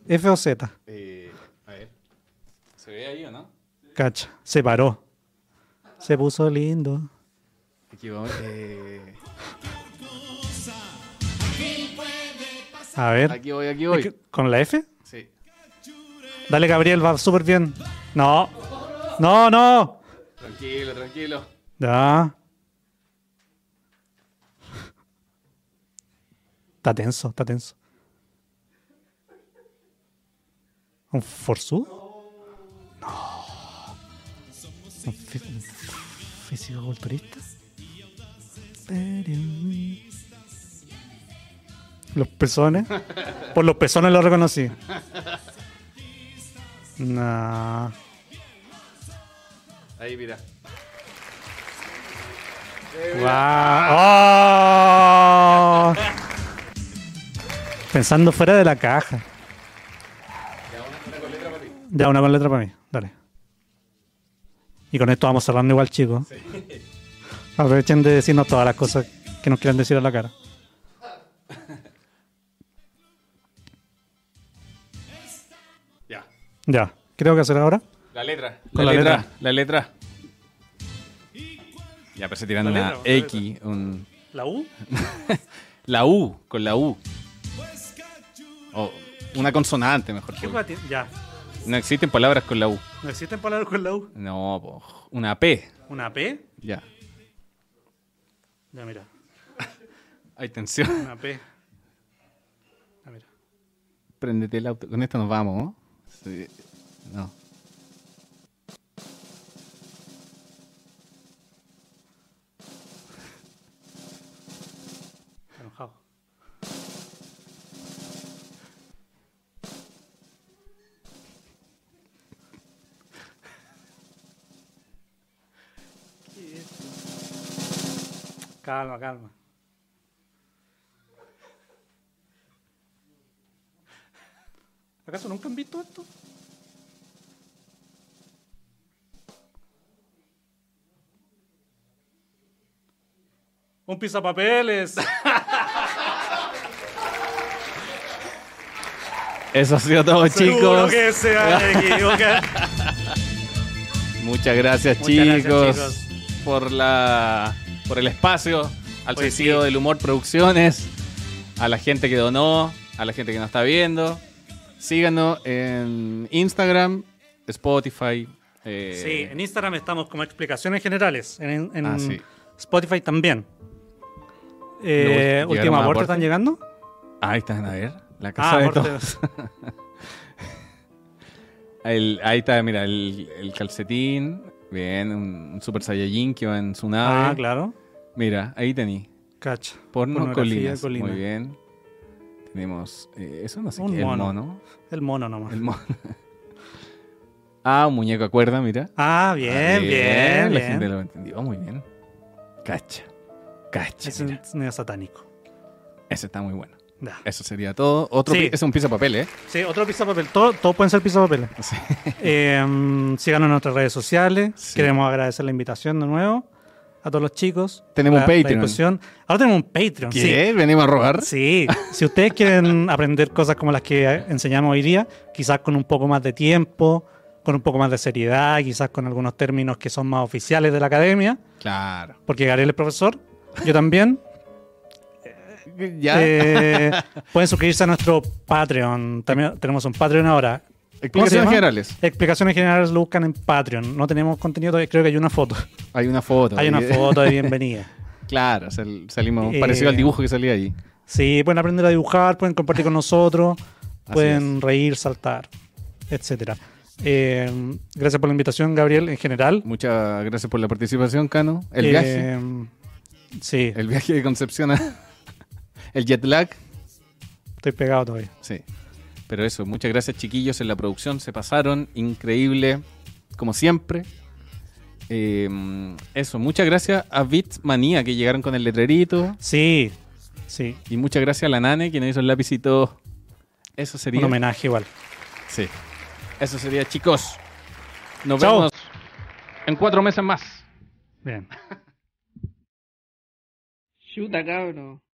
Speaker 3: F o Z.
Speaker 2: eh, a ver. ¿Se ve ahí o no?
Speaker 3: Cacha. Se paró. Se puso lindo.
Speaker 2: Aquí vamos. Eh,
Speaker 3: A ver.
Speaker 2: aquí voy, aquí voy.
Speaker 3: ¿qué- ¿Con la F?
Speaker 2: Sí.
Speaker 3: Dale, Gabriel, va súper bien. No. No, no.
Speaker 2: Tranquilo, tranquilo.
Speaker 3: Ya. Está tenso, está tenso. ¿Un forzudo? No. ¿Un fí- un fisicoculturista? Los pezones. Por los pezones lo reconocí. Nah.
Speaker 2: Ahí, mira.
Speaker 3: Guau. ¡Oh! Pensando fuera de la caja. Ya una con letra para mí. Dale. Y con esto vamos cerrando igual, chicos. Aprovechen de decirnos todas las cosas que nos quieran decir a la cara.
Speaker 2: Ya.
Speaker 3: Ya. ¿Qué tengo que hacer ahora?
Speaker 2: La letra.
Speaker 3: Con la letra.
Speaker 2: La letra. Ya, pero se tiran
Speaker 3: La
Speaker 2: una
Speaker 3: letra, la
Speaker 2: X, un...
Speaker 3: ¿La U?
Speaker 2: La U, con la U. O una consonante, mejor. que U.
Speaker 3: Ya.
Speaker 2: No existen palabras con la U.
Speaker 3: ¿No existen palabras con la U?
Speaker 2: No, po. una P.
Speaker 3: ¿Una P?
Speaker 2: Ya.
Speaker 3: Ya, mira.
Speaker 2: Hay tensión.
Speaker 3: Una P. Ya, mira.
Speaker 2: Prendete el auto. Con esto nos vamos, ¿no? Sí. No.
Speaker 3: Enojado. Calma, calma. ¿Acaso nunca han visto esto? Un pisapapeles.
Speaker 2: Eso ha sido todo,
Speaker 3: Seguro
Speaker 2: chicos.
Speaker 3: que se van a equivocar.
Speaker 2: Muchas gracias,
Speaker 3: Muchas gracias,
Speaker 2: chicos,
Speaker 3: chicos.
Speaker 2: por la por el espacio, al
Speaker 3: Oye,
Speaker 2: sentido
Speaker 3: sí.
Speaker 2: del humor producciones, a la gente que donó, a la gente que nos está viendo. Síganos en Instagram, Spotify, Eh,
Speaker 3: Sí, en Instagram estamos como explicaciones generales. En, en
Speaker 2: Ah, sí.
Speaker 3: Spotify también. Eh,
Speaker 2: ¿Llegaron Ah,
Speaker 3: ¿Último
Speaker 2: más
Speaker 3: aporte
Speaker 2: aportes?
Speaker 3: están llegando?
Speaker 2: Ahí están, a ver.
Speaker 3: Ah,
Speaker 2: La casa de
Speaker 3: aporte.
Speaker 2: todos. El- ahí está, mira, el, el calcetín. Bien, un, un Super Saiyajin que va en su nave.
Speaker 3: Ah, claro.
Speaker 2: Mira, ahí tení.
Speaker 3: Cacha.
Speaker 2: Porno
Speaker 3: Pornografía
Speaker 2: colinas.
Speaker 3: colina.
Speaker 2: Muy bien. Tenemos. eh, eso no sé
Speaker 3: Un
Speaker 2: qué.
Speaker 3: mono.
Speaker 2: El mono.
Speaker 3: El mono nomás.
Speaker 2: El mono. ah, un muñeco a cuerda, mira.
Speaker 3: Ah, bien,
Speaker 2: Ah,
Speaker 3: bien,
Speaker 2: La
Speaker 3: bien.
Speaker 2: gente lo entendió muy bien. Cacha. Cacha.
Speaker 3: Es un
Speaker 2: mira.
Speaker 3: medio satánico.
Speaker 2: Ese está muy bueno.
Speaker 3: Ya.
Speaker 2: Eso sería todo. Otro
Speaker 3: Sí.
Speaker 2: pi- es un piso de papel, ¿eh?
Speaker 3: Sí, otro pisapapel. Todo- Todos pueden ser pisapapeles.
Speaker 2: Sí.
Speaker 3: Eh, síganos en nuestras redes sociales.
Speaker 2: Sí.
Speaker 3: Queremos agradecer la invitación de nuevo a todos los chicos.
Speaker 2: Tenemos
Speaker 3: La-
Speaker 2: un
Speaker 3: la
Speaker 2: Patreon.
Speaker 3: discusión. Ahora tenemos un Patreon. sí.
Speaker 2: ¿Qué? ¿Venimos a robar?
Speaker 3: Sí, si ustedes quieren aprender cosas como las que enseñamos hoy día, quizás con un poco más de tiempo, con un poco más de seriedad, quizás con algunos términos que son más oficiales de la academia,
Speaker 2: Claro.
Speaker 3: porque Gabriel es profesor, yo también,
Speaker 2: Ya.
Speaker 3: eh, pueden suscribirse a nuestro Patreon. También tenemos un Patreon ahora. ¿Cómo se
Speaker 2: Explicaciones
Speaker 3: llama?
Speaker 2: generales.
Speaker 3: Explicaciones generales lo buscan en Patreon. No tenemos contenido, todavía, creo que hay una foto.
Speaker 2: Hay una foto.
Speaker 3: Hay una
Speaker 2: ahí.
Speaker 3: foto de bienvenida.
Speaker 2: Claro, sal- salimos
Speaker 3: Eh.
Speaker 2: parecido al dibujo que salía ahí.
Speaker 3: Sí, pueden aprender a dibujar, pueden compartir con nosotros,
Speaker 2: Así
Speaker 3: pueden reír, saltar, etcétera. Eh, gracias por la invitación, Gabriel, en general.
Speaker 2: Muchas gracias por la participación, Cano. El
Speaker 3: Eh,
Speaker 2: viaje.
Speaker 3: Sí,
Speaker 2: El viaje de Concepción a- El jet lag.
Speaker 3: estoy pegado todavía.
Speaker 2: Sí. Pero eso, muchas gracias, chiquillos, en la producción. Se pasaron. Increíble. Como siempre. Eh, eso, muchas gracias a Bitmanía que llegaron con el letrerito.
Speaker 3: Sí, sí,
Speaker 2: Y muchas gracias a la Nane que nos hizo el lapicito. Eso
Speaker 3: un
Speaker 2: sería.
Speaker 3: homenaje igual.
Speaker 2: Sí. Eso sería, chicos. Nos
Speaker 3: Chao.
Speaker 2: vemos en cuatro meses más.
Speaker 3: Bien.
Speaker 4: Chuta, cabro.